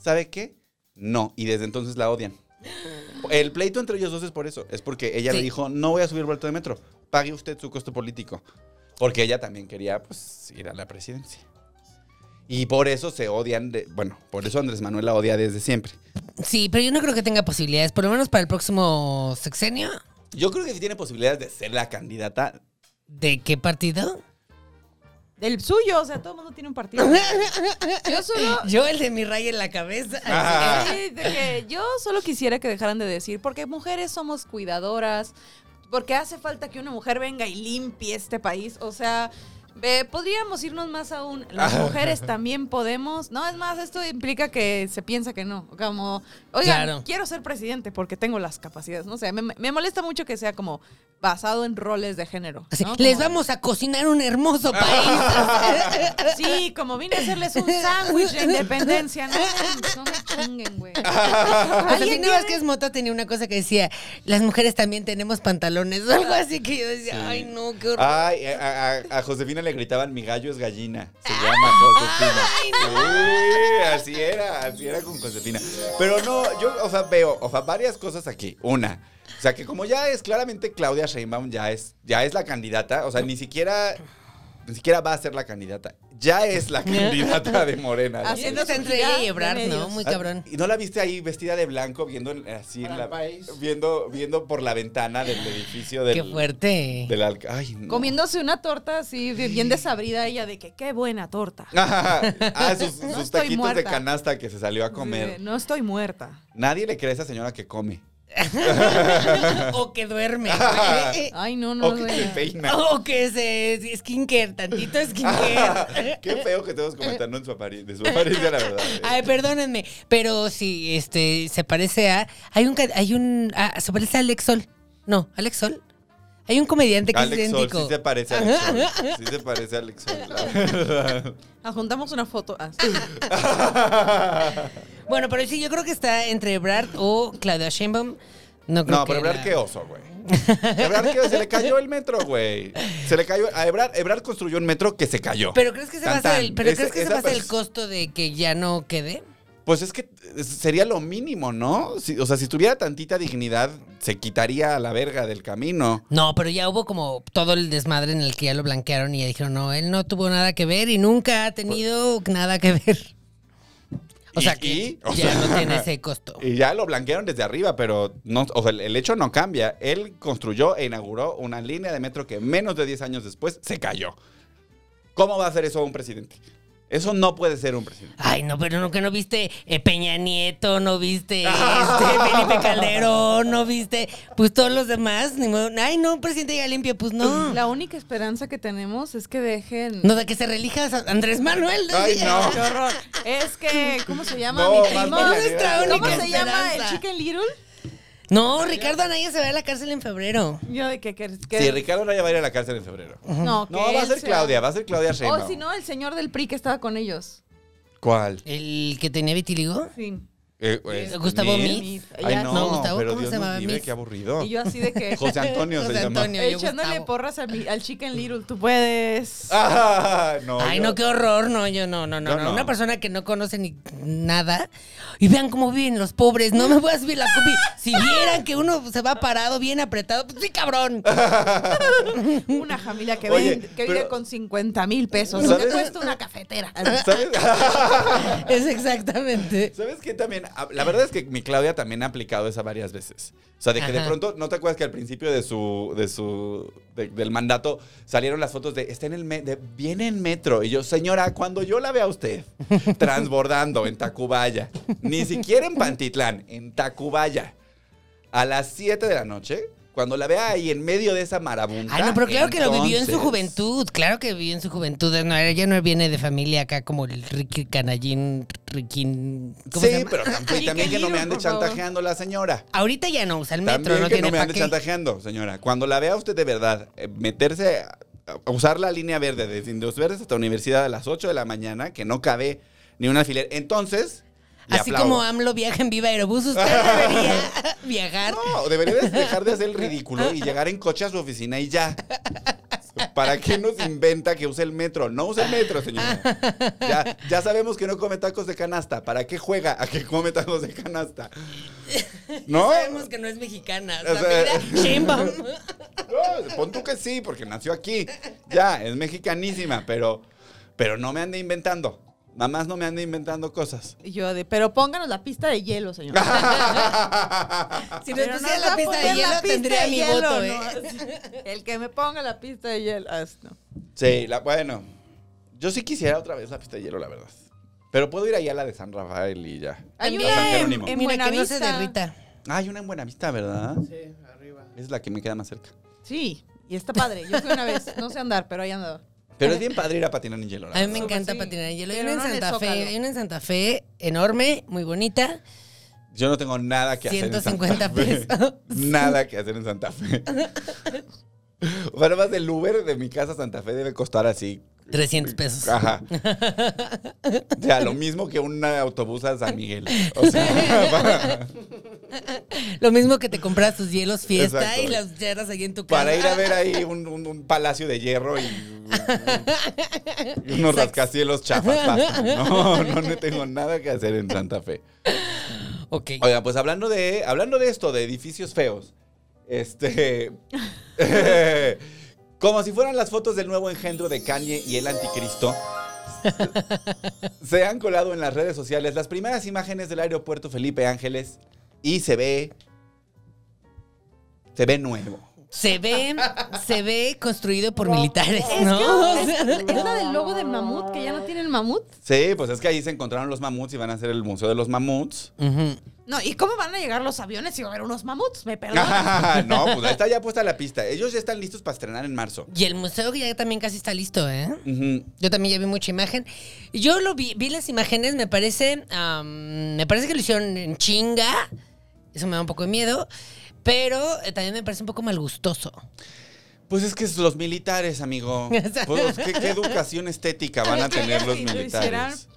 S5: ¿Sabe qué? No. Y desde entonces la odian. El pleito entre ellos dos es por eso. Es porque ella
S6: Sí.
S5: le dijo, no voy a subir el boleto de metro. Pague usted su costo político. Porque ella también quería, pues, ir a la presidencia. Y por eso se odian, de- bueno, por eso Andrés Manuel la odia desde siempre.
S6: Sí, pero yo no creo que tenga posibilidades, por lo menos para el próximo sexenio.
S5: Yo creo que sí tiene posibilidades de ser la candidata
S6: ¿De qué partido?
S7: Del suyo, o sea, todo el mundo tiene un partido. Yo solo.
S6: Yo el de mi raya en la cabeza.
S5: Ah.
S7: Sí, de que yo solo quisiera que dejaran de decir, porque mujeres somos cuidadoras, porque hace falta que una mujer venga y limpie este país. O sea, eh, podríamos irnos más aún. Las mujeres también podemos. No, es más, esto implica que se piensa que no. Como, oigan,
S6: Claro.
S7: quiero ser presidente porque tengo las capacidades. No sé, me, me molesta mucho que sea como basado en roles de género.
S6: Así,
S7: ¿no?
S6: Les
S7: Como-
S6: vamos a cocinar un hermoso país.
S7: Sí, como vine a hacerles un sándwich de independencia. No, no me chinguen, güey. ¿Alguien
S6: Josefina
S7: tiene-
S6: Vázquez Mota tenía una cosa que decía, las mujeres también tenemos pantalones o algo así que yo decía, ay no, qué horror.
S5: Ay, a, a- a Josefina le gritaban, mi gallo es gallina. Se
S6: Ah,
S5: llama Josefina. Sí, así era, así era con Josefina. Pero no, yo, o sea, veo, o sea, varias cosas aquí. Una, o sea, que como ya es claramente Claudia Sheinbaum, ya es, ya es la candidata, o sea, ni siquiera, ni siquiera va a ser la candidata. Ya es la candidata de Morena. ¿no?
S7: Haciendo
S6: Está entre
S7: gira
S6: ella y Ebrard,
S7: de
S6: ¿no?
S7: medios.
S5: Ah,
S6: Muy cabrón.
S5: ¿Y no la viste ahí vestida de blanco viendo en- así en
S1: Para el
S5: la-
S1: país.
S5: viendo viendo por la ventana del edificio del
S6: Qué fuerte.
S5: del alca- ay, no.
S7: Comiéndose una torta así, de- bien desabrida ella, de que qué buena torta.
S5: ah, sus,
S7: No
S5: sus
S7: estoy
S5: taquitos
S7: muerta.
S5: de canasta que se salió a comer.
S7: Sí, no estoy muerta.
S5: Nadie le cree a esa señora que come.
S6: O que duerme. Eh, eh,
S5: Ah.
S7: Ay, no, no.
S5: o que
S7: güey.
S5: se Oh, peina.
S6: O que se skincare, tantito skincare.
S5: Qué feo que todos comentando en su apariencia, de su apariencia, la verdad. eh.
S6: Ay, perdónenme, pero sí, este, se parece a, hay un, ca- hay un, ah, se parece a Alex Sol, no, Alex Sol, hay un comediante que es
S5: Alex Sol,
S6: idéntico.
S5: sí se parece a Alex Sol. Sí se parece a Alex Sol, la verdad.
S7: Adjuntamos una foto. Ah,
S6: Bueno, pero sí, yo creo que está entre Brad o Claudia Sheinbaum. No, creo
S5: No, pero
S6: que
S5: Ebrard
S6: la-
S5: qué oso, güey. Ebrard qué oso, se le cayó el metro, güey. Se le cayó. A Ebrard, Ebrard construyó un metro que se cayó.
S6: Pero crees que se va a
S5: Tan,
S6: hacer
S5: tan.
S6: el, pero
S5: Ese-
S6: crees que se
S5: esa
S6: va a hacer el
S5: pers-
S6: costo de que ya no quede.
S5: Pues es que eh, sería lo mínimo, ¿no? Si- o sea, si tuviera tantita dignidad, se quitaría a la verga del camino.
S6: No, pero ya hubo como todo el desmadre en el que ya lo blanquearon y ya dijeron, no, él no tuvo nada que ver y nunca ha tenido nada que ver. O
S5: ¿Y-
S6: sea que
S5: y? O
S6: ya
S5: sea-
S6: no tiene ese costo.
S5: Y ya lo blanquearon desde arriba, pero no, o sea, el, el hecho no cambia. Él construyó e inauguró una línea de metro que menos de 10 años después se cayó. ¿Cómo va a hacer eso un presidente? Eso no puede ser un presidente.
S6: Ay, no, pero no, que no viste eh, Peña Nieto, no viste este, Felipe Calderón, no viste, pues todos los demás. Ni modo. Ay, no, un presidente ya limpio, pues no.
S5: Mm.
S7: La única esperanza que tenemos es que dejen.
S6: No, de que se relija a Andrés Manuel. ¿no?
S5: Ay, no.
S7: Qué horror. Es que, ¿cómo se llama?
S5: No,
S7: mi
S5: más
S7: primo.
S5: bien la
S6: Nuestra
S5: verdad.
S7: ¿Cómo
S6: única
S7: se llama el
S6: esperanza.
S7: Chicken Little?
S6: No, Ricardo Anaya se va a la cárcel en febrero.
S7: Yo de que, que, que-
S5: Sí, Ricardo Anaya va a ir a la cárcel en febrero.
S7: No,
S5: No, va a ser Claudia, va a ser
S6: Oh,
S5: Claudia
S7: O
S5: Sheinbaum.
S7: si no, el señor del PRI que estaba con ellos.
S5: ¿Cuál?
S6: El que tenía vitiligo.
S7: Sí.
S5: Eh, pues,
S6: Gustavo
S5: Mitz.
S7: Mitz.
S5: Ay,
S7: Ya-
S5: no,
S6: no, Gustavo,
S5: pero
S6: ¿cómo
S5: Dios
S6: se
S5: nos
S6: llamaba
S5: libre,
S6: Mitz?
S5: qué aburrido.
S7: Y yo así de que.
S5: José Antonio se
S6: José
S5: llama.
S6: Antonio. yo
S7: echándole
S6: Gustavo.
S7: porras a mi- al Chicken Little. Tú puedes.
S5: Ah, no.
S6: Ay,
S5: yo-
S6: no, qué horror. No, yo no, no, no,
S5: Yo
S6: no,
S5: no.
S6: Una persona que no conoce ni nada. Y vean cómo viven los pobres. No me voy a subir la combi. Si vieran que uno se va parado, bien apretado, pues sí, cabrón.
S7: Una familia que,
S5: Mm. Oye,
S7: ven- que
S5: pero-
S7: vive con 50 mil pesos. Lo
S5: ¿Sabes?
S7: que cuesta una cafetera.
S5: ¿Sabes?
S6: Es exactamente.
S5: ¿Sabes qué también? Ah, La verdad es que mi Claudia también ha aplicado esa varias veces. O sea, de que de
S6: Ajá.
S5: pronto, ¿no te acuerdas que al principio de su, de su, de- del mandato salieron las fotos de, está en el, me- de, viene en metro? Y yo, señora, cuando yo la vea a usted transbordando en Tacubaya, ni siquiera en Pantitlán, en Tacubaya, a las 7 de la noche, cuando la vea ahí en medio de esa marabunta.
S6: Ay, no, pero claro que lo vivió en su
S5: entonces-
S6: juventud. Claro que vivió en su juventud. No, ella no viene de familia acá como el Ricky Canallín, Riquín. ¿cómo
S5: Sí,
S6: se llama?
S5: pero tampoco- y
S7: Ay,
S5: también
S7: qué
S5: que no me ande
S7: lindo, por favor.
S5: chantajeando la señora.
S6: Ahorita ya no usa el metro,
S5: También
S6: no
S5: que
S6: tiene
S5: no me
S6: para
S5: ande
S6: qué.
S5: chantajeando, señora. Cuando la vea usted de verdad, eh, meterse a, a usar la línea verde desde Indios Verdes hasta Universidad a las 8 de la mañana, que no cabe ni un alfiler, entonces. le
S6: Así
S5: aplaudo.
S6: como AMLO viaja en Viva Aerobús, usted debería viajar.
S5: No, debería de dejar de hacer el ridículo y llegar en coche a su oficina y ya. ¿Para qué nos inventa que use el metro? No use el metro, señora. Ya, ya sabemos que no come tacos de canasta. ¿Para qué juega a que come tacos de canasta? ¿No?
S6: Sabemos que no es mexicana.
S5: O sea,
S6: Samira Sheinbaum.
S5: No, pon tú que sí, porque nació aquí. Ya, es mexicanísima, pero, pero no me ande inventando. Mamás no me ande inventando cosas.
S7: Y yo de, pero pónganos la pista de hielo, señor.
S6: Si no
S7: Pero no
S6: pusiera
S7: va
S6: la
S7: a
S6: pista de
S7: poner la
S6: hielo,
S7: pista
S6: tendría
S7: de
S6: mi
S7: hielo,
S6: voto,
S7: ¿no?
S6: ¿eh?
S7: Así, El que me ponga la pista de hielo. ah, no.
S5: Sí, la, bueno, yo sí quisiera otra vez la pista de hielo, la verdad. Pero puedo ir allá a la de San Rafael y ya.
S7: Hay
S6: También.
S7: una en,
S5: Jerónimo.
S7: en
S6: Mira, que no se
S7: Buenavista.
S6: derrita.
S5: Ah, hay una en Buenavista, ¿verdad?
S1: Sí, arriba.
S5: Es la que me queda más cerca.
S7: Sí, y está padre. Yo fui una vez, no sé andar, pero ahí andaba.
S5: Pero es bien padre ir a patinar en hielo. la
S6: A mí me
S5: verdad.
S6: encanta
S7: sí,
S6: patinar en hielo. Hay
S7: pero
S6: una en
S7: no en el
S6: Santa Fe,
S7: Zócalo.
S6: hay una en Santa Fe enorme, muy bonita.
S5: Yo no tengo nada que hacer en Santa
S6: 150
S5: Fe.
S6: pesos.
S5: Nada que hacer en Santa Fe. O sea, nada más el Uber de mi casa a Santa Fe debe costar así
S6: 300 pesos.
S5: Ajá. O sea, lo mismo que un autobús a San Miguel. O sea,
S6: Lo mismo que te compras tus hielos fiesta
S5: Exacto.
S6: y las llenas ahí en tu casa.
S5: para ir a ver ahí un, un- un palacio de hierro y, y unos rascacielos chafas. basta. No, no le tengo nada que hacer en Santa Fe.
S6: Ok.
S5: Oiga, pues hablando de, hablando de esto, de edificios feos, este. eh, como si fueran las fotos del nuevo engendro de Kanye y el anticristo. Se han colado en las redes sociales las primeras imágenes del aeropuerto Felipe Ángeles y se ve. Se ve nuevo.
S6: Se ve, se ve construido por militares, ¿no?
S7: Es, es la del logo de mamut, que ya no tiene el mamut.
S5: Sí, pues es que ahí se encontraron los mamuts y van a hacer el Museo de los Mamuts.
S6: Ujú.
S7: No, ¿y cómo van a llegar los aviones si va a haber unos mamuts? Me perdonan.
S5: no, pues ahí está ya puesta la pista. Ellos ya están listos para estrenar en marzo.
S6: Y el museo ya también casi está listo, ¿eh?
S5: Ujú.
S6: Yo también ya vi mucha imagen. Yo lo vi, vi las imágenes, me parece, am, me parece que lo hicieron en chinga. Eso me da un poco de miedo. Pero eh, también me parece un poco mal gustoso.
S5: Pues es que es los militares, amigo.
S6: Exacto.
S5: Pues, ¿qué, qué educación estética van a tener los
S7: Si lo hicieran-
S5: militares?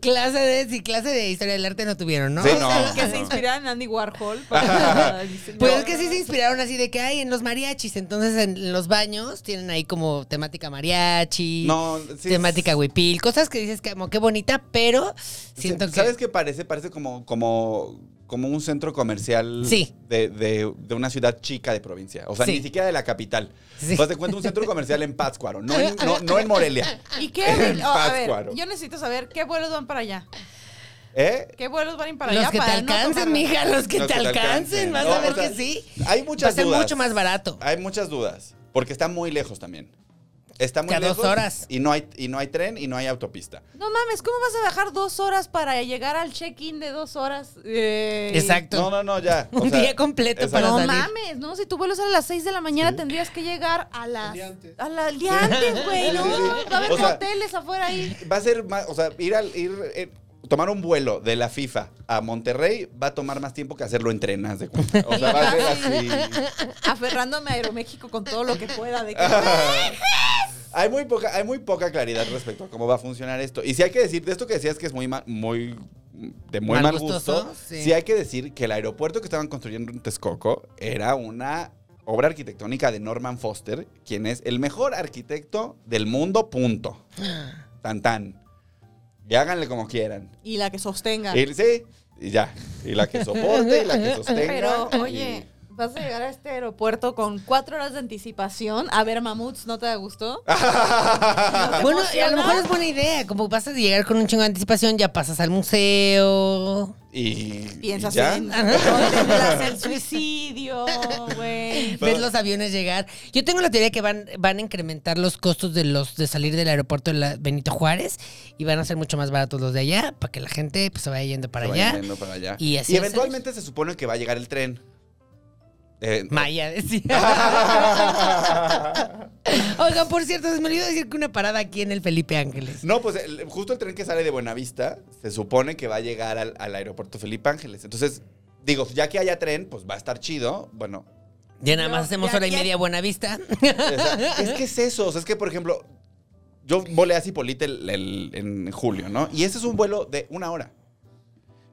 S6: Clase de, si clase de historia del arte no tuvieron, ¿no?
S5: Sí,
S6: O
S5: no.
S6: sea,
S7: que se
S5: no.
S7: inspiraran en Andy Warhol. para-
S6: Pues es que sí se inspiraron así de que hay en los mariachis. Entonces en los baños tienen ahí como temática mariachi,
S5: No, sí.
S6: temática huipil, cosas que dices que como qué bonita, pero
S5: Sí,
S6: siento que.
S5: ¿Sabes qué parece? Parece como, como, como un centro comercial
S6: Sí.
S5: de, de- de una ciudad chica de provincia. O sea,
S6: Sí.
S5: ni siquiera de la capital.
S6: Sí.
S5: Pues te cuento un centro comercial en Pátzcuaro, no en, no, no en Morelia.
S7: ¿Y qué?
S5: En
S7: oh, a ver,
S5: Pátzcuaro.
S7: yo necesito saber qué vuelos van para allá.
S5: ¿Eh?
S7: ¿Qué vuelos van para
S6: Los
S7: allá?
S6: que te
S7: para no
S6: alcancen,
S7: tomar-
S6: mija, los que
S5: Los
S6: te
S5: que te
S6: alcancen.
S5: alcancen.
S6: Vas
S5: No,
S6: a ver
S5: o sea,
S6: que sí.
S5: hay muchas
S6: Va a ser
S5: dudas.
S6: mucho más barato.
S5: Hay muchas dudas, porque está muy lejos también. está muy
S6: Que a dos
S5: lejos
S6: horas.
S5: Y no, hay, y no hay tren y no hay autopista.
S7: No mames, ¿cómo vas a bajar dos horas para llegar al check-in de dos horas? Eh,
S6: Exacto.
S5: No, no, no, ya. o
S6: Un
S5: sea,
S6: día completo
S5: exacto.
S6: para
S7: no
S6: salir.
S7: mames, no, si tu vuelo sale a las 6 de la mañana tendrías que llegar a las...
S1: día antes.
S7: A las día antes, güey, no,
S5: Sí, sí, sí.
S7: va a haber
S5: O sea-
S7: hoteles afuera ahí.
S5: Va a ser más, o sea, ir al ir, eh, tomar un vuelo de la FIFA a Monterrey va a tomar más tiempo que hacerlo en trenas de cuenta. O sea, va a ser así.
S7: Aferrándome a Aeroméxico con todo lo que pueda de que...
S5: Hay muy poca, hay muy poca claridad respecto a cómo va a funcionar esto. Y si hay que decir, de esto que decías que es muy ma- muy de muy
S6: Mal
S5: mal,
S6: gustoso,
S5: gusto,
S6: sí.
S5: sí. hay que decir que el aeropuerto que estaban construyendo en Texcoco era una obra arquitectónica de Norman Foster, quien es el mejor arquitecto del mundo, punto. Tan tan. Y háganle como quieran.
S7: Y la que sostenga.
S5: Y, sí, y ya. Y la que soporte, y la que sostenga.
S7: Pero, oye, vas a llegar a este aeropuerto con cuatro horas de anticipación. A ver, mamuts, ¿no te gustó?
S5: y-
S6: Bueno,
S7: ¿Te
S6: y a lo
S7: emociona?
S6: mejor es buena idea. Como vas a llegar con un chingo de anticipación, ya pasas al museo.
S5: y, y
S7: Piensas
S5: ya.
S7: en contemplas el suicidio, güey.
S6: Ves los aviones llegar. Yo tengo la teoría que van, van a incrementar los costos de los de salir del aeropuerto de la Benito Juárez y van a ser mucho más baratos los de allá para que la gente pues, se vaya yendo para
S5: Se
S6: allá.
S5: vayan yendo para allá.
S6: Y
S5: Y,
S6: así va a
S5: eventualmente se supone que va a llegar el tren. Eh,
S6: Maya decía. Oigan, por cierto, se me olvidó decir que una parada aquí en el Felipe Ángeles.
S5: no, pues el- justo el tren que sale de Buenavista se supone que va a llegar al, al aeropuerto Felipe Ángeles. Entonces, digo, ya que haya tren, pues va a estar chido. Bueno,
S6: Ya nada
S7: No,
S6: más hacemos
S7: ya-
S6: hora y
S7: ya-
S6: media buena vista.
S5: Esa- Es que es eso. o sea, es que, por ejemplo, yo volé a Cipolite el- el- en julio, ¿no? Y ese es un vuelo de una hora.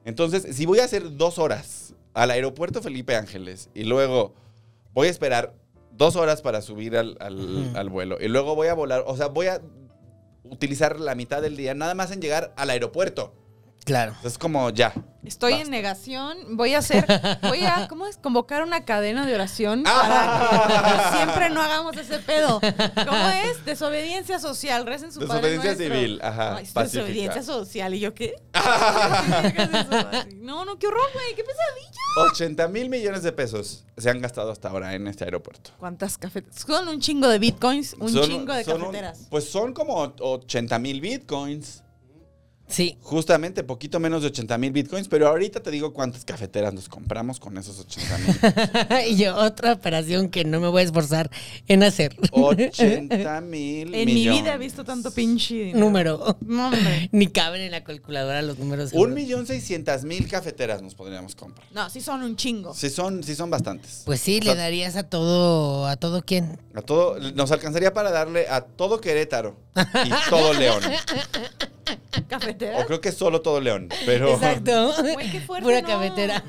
S5: Entonces, si voy a hacer dos horas al aeropuerto Felipe Ángeles y luego voy a esperar dos horas para subir al, al- al vuelo y luego voy a volar, o sea, voy a utilizar la mitad del día nada más en llegar al aeropuerto.
S6: Claro.
S5: Es como ya.
S7: Estoy en negación. Voy a hacer, voy a, ¿cómo es? Convocar una cadena de oración para
S5: Ah.
S7: que siempre no hagamos ese pedo. ¿Cómo es? Desobediencia social. Recen su Padre
S5: Desobediencia
S7: Nuestro.
S5: civil, ajá,
S7: Ay, es
S5: pacífica.
S7: desobediencia social. ¿Y yo qué? ¿Qué es eso? No, no, qué horror, güey. Qué pesadilla.
S5: 80 mil millones de pesos se han gastado hasta ahora en este aeropuerto.
S7: ¿Cuántas cafeteras? Son un chingo de bitcoins, un
S5: Son-
S7: chingo de
S5: son un-
S7: cafeteras.
S5: pues son como 80 mil bitcoins.
S6: Sí.
S5: Justamente, poquito menos de 80 mil bitcoins, pero ahorita te digo cuántas cafeteras nos compramos con esos 80 mil.
S6: y yo, otra operación que no me voy a esforzar en hacer.
S5: Oh, 80 mil
S7: En mi
S5: millones.
S7: vida he visto tanto pinche dinero.
S6: Número.
S7: No, hombre.
S6: Ni caben en la calculadora los números.
S5: Un millón seiscientas mil cafeteras nos podríamos comprar.
S7: No, sí son un chingo.
S5: Sí son, sí son bastantes.
S6: Pues sí, le darías a todo, a todo quién.
S5: A todo, nos alcanzaría para darle a todo Querétaro y todo León. O
S7: ¿Cafetera?
S5: creo que solo todo León, pero...
S6: Exacto.
S7: Güey, qué fuerte.
S6: Pura
S7: no.
S6: cafetera.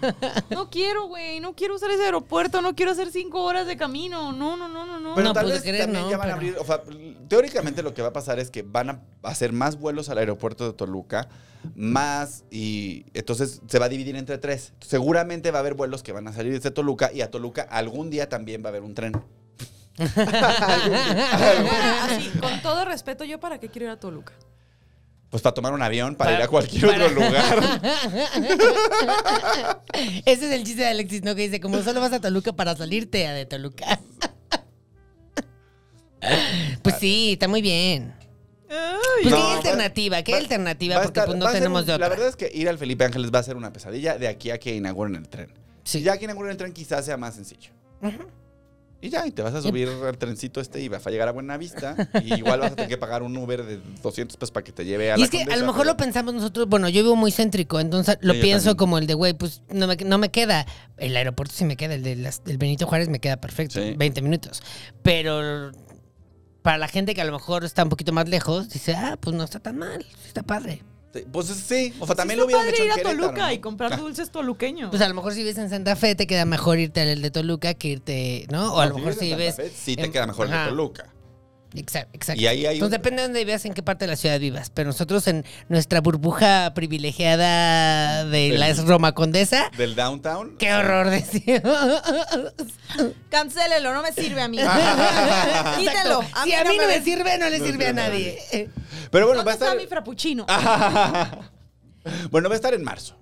S7: No quiero, güey. No quiero usar ese aeropuerto. No quiero hacer cinco horas de camino. No, no, no, no, no.
S5: Pero
S6: No,
S5: tal
S6: pues,
S5: vez
S6: creer,
S5: también
S6: no,
S5: ya van a abrir.
S6: pero-
S5: O sea, teóricamente lo que va a pasar es que van a hacer más vuelos al aeropuerto de Toluca, más y entonces se va a dividir entre tres. Seguramente va a haber vuelos que van a salir desde Toluca y a Toluca algún día también va a haber un tren.
S7: Ahora, así, con todo respeto, ¿yo para qué quiero ir a Toluca?
S5: Pues para tomar un avión, para,
S6: Para-
S5: ir a cualquier
S6: para-
S5: otro lugar.
S6: Ese es el chiste de Alexis, ¿no? Que dice, como solo vas a Toluca para salirte de Toluca. pues sí, está muy bien. Pues
S5: Ah. No,
S6: qué
S5: va-
S6: alternativa, qué
S5: va-
S6: alternativa,
S5: va a
S6: porque
S5: estar-
S6: pues
S5: va
S6: no
S5: a ser
S6: tenemos
S5: un-
S6: de otra.
S5: La verdad es que ir al Felipe Ángeles va a ser una pesadilla de aquí a que inauguren el tren.
S6: Sí.
S5: Si ya que inauguren el tren quizás sea más sencillo. Y ya, y te vas a subir al trencito este y vas a llegar a Buenavista. y igual vas a tener que pagar un Uber de 200 pesos para que te lleve a
S6: Y
S5: la
S6: es que a
S5: Condesa,
S6: lo mejor
S5: pero-
S6: lo pensamos nosotros, bueno, yo vivo muy céntrico, entonces lo
S5: Sí, yo
S6: pienso
S5: también.
S6: como el de, güey, pues no me, no me queda. El aeropuerto sí me queda, el de las- del Benito Juárez me queda perfecto,
S5: Sí.
S6: 20 minutos. Pero para la gente que a lo mejor está un poquito más lejos, dice, ah, pues no está tan mal, sí está padre.
S5: Sí, Pues sí, o sea, también
S7: Sí
S5: lo
S7: está
S5: hubieran
S7: padre
S5: hecho
S7: ir
S5: en
S7: a
S5: Querétaro,
S7: Toluca
S5: ¿no? Ah.
S7: y comprar dulces toluqueños.
S6: Pues a lo mejor si vives en Santa Fe te queda mejor irte al de Toluca que irte, ¿no? O a
S5: No,
S6: lo mejor si
S5: vives en
S6: vives...
S5: Santa Fe, sí te
S6: en-
S5: queda mejor
S6: Ajá.
S5: en Toluca.
S6: Exacto, exacto.
S5: Y ahí hay
S6: Entonces
S5: un-
S6: depende de dónde vivas, en qué parte de la ciudad vivas. Pero nosotros en nuestra burbuja privilegiada de
S5: Del-
S6: la Roma Condesa,
S5: Del downtown.
S6: qué horror decir.
S7: Cancélelo, no me sirve a mí.
S5: Exacto.
S7: Quítelo.
S6: si a mí no me
S7: ves.
S6: sirve, no le
S5: No
S6: sirve
S5: sirve
S6: a
S5: a
S6: nadie.
S5: Pero bueno,
S7: ¿Dónde
S5: va a
S7: está
S5: estar.
S7: mi frappuccino?
S5: bueno, va a estar en marzo.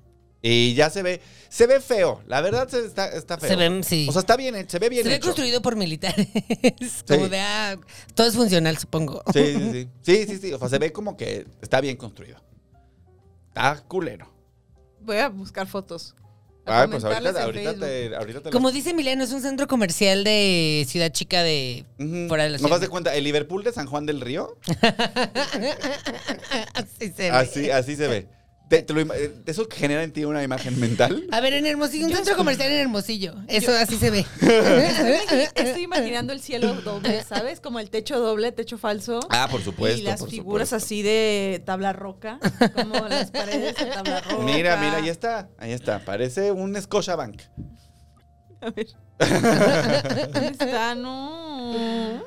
S5: Y ya se ve, se ve feo. La verdad se está, está feo.
S6: Se ven, sí.
S5: O sea, está bien, he- se ve bien
S6: Se ve
S5: hecho.
S6: construido por militares. Como de, ah, todo es funcional, supongo.
S5: Sí, sí, sí. Sí, sí, sí. O sea, se ve como que está bien construido. Está culero.
S7: Voy a buscar fotos. A
S5: Ay, pues ahorita,
S7: comentarles en
S5: ahorita te, ahorita te lo-
S6: Como dice Emiliano, es un centro comercial de Ciudad Chica de...
S5: Ujú.
S6: fuera de la
S5: ¿No
S6: ciudad.
S5: vas de cuenta? El Liverpool de San Juan del Río,
S6: Así se ve.
S5: así, así se ve. Te- te lo ima- eh, ¿Eso genera en ti una imagen mental?
S6: A ver, en Hermosillo, un centro comercial en Hermosillo. Eso así se ve.
S7: Estoy, estoy imaginando el cielo doble, ¿sabes? Como el techo doble, techo falso.
S5: Ah, por supuesto.
S7: y las
S5: por
S7: figuras
S5: supuesto.
S7: así de tabla roca, como las paredes de tabla roca.
S5: Mira, mira, ahí está, ahí está. Parece un Scotiabank.
S7: A ver. ¿Dónde está? No.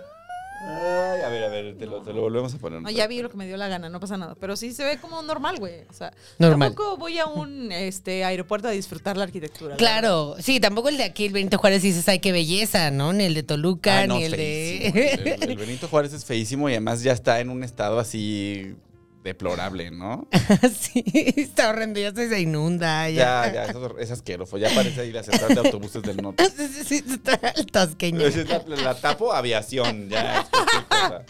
S5: Ay, a ver, a ver, te lo, te lo volvemos a poner.
S7: No, ya vi lo que me dio la gana, no pasa nada. Pero sí se ve como normal, güey. O sea,
S6: Normal.
S7: tampoco voy a un este, aeropuerto a disfrutar la arquitectura. la
S6: Claro, sí, tampoco el de aquí, el Benito Juárez, dices, ay, qué belleza, ¿no? Ni el de Toluca,
S5: Ah, no,
S6: ni el
S5: feísimo. El, el
S6: de...
S5: Benito Juárez es feísimo y además ya está en un estado así deplorable, ¿no?
S6: sí, está horrendo, ya se se inunda, ya.
S5: Ya, ya, eso es asqueroso. Ya parece ahí la central de autobuses del norte.
S6: Sí, sí, sí, está el tasqueño.
S5: Esa es La, la tapo aviación, ya. es cualquier cosa.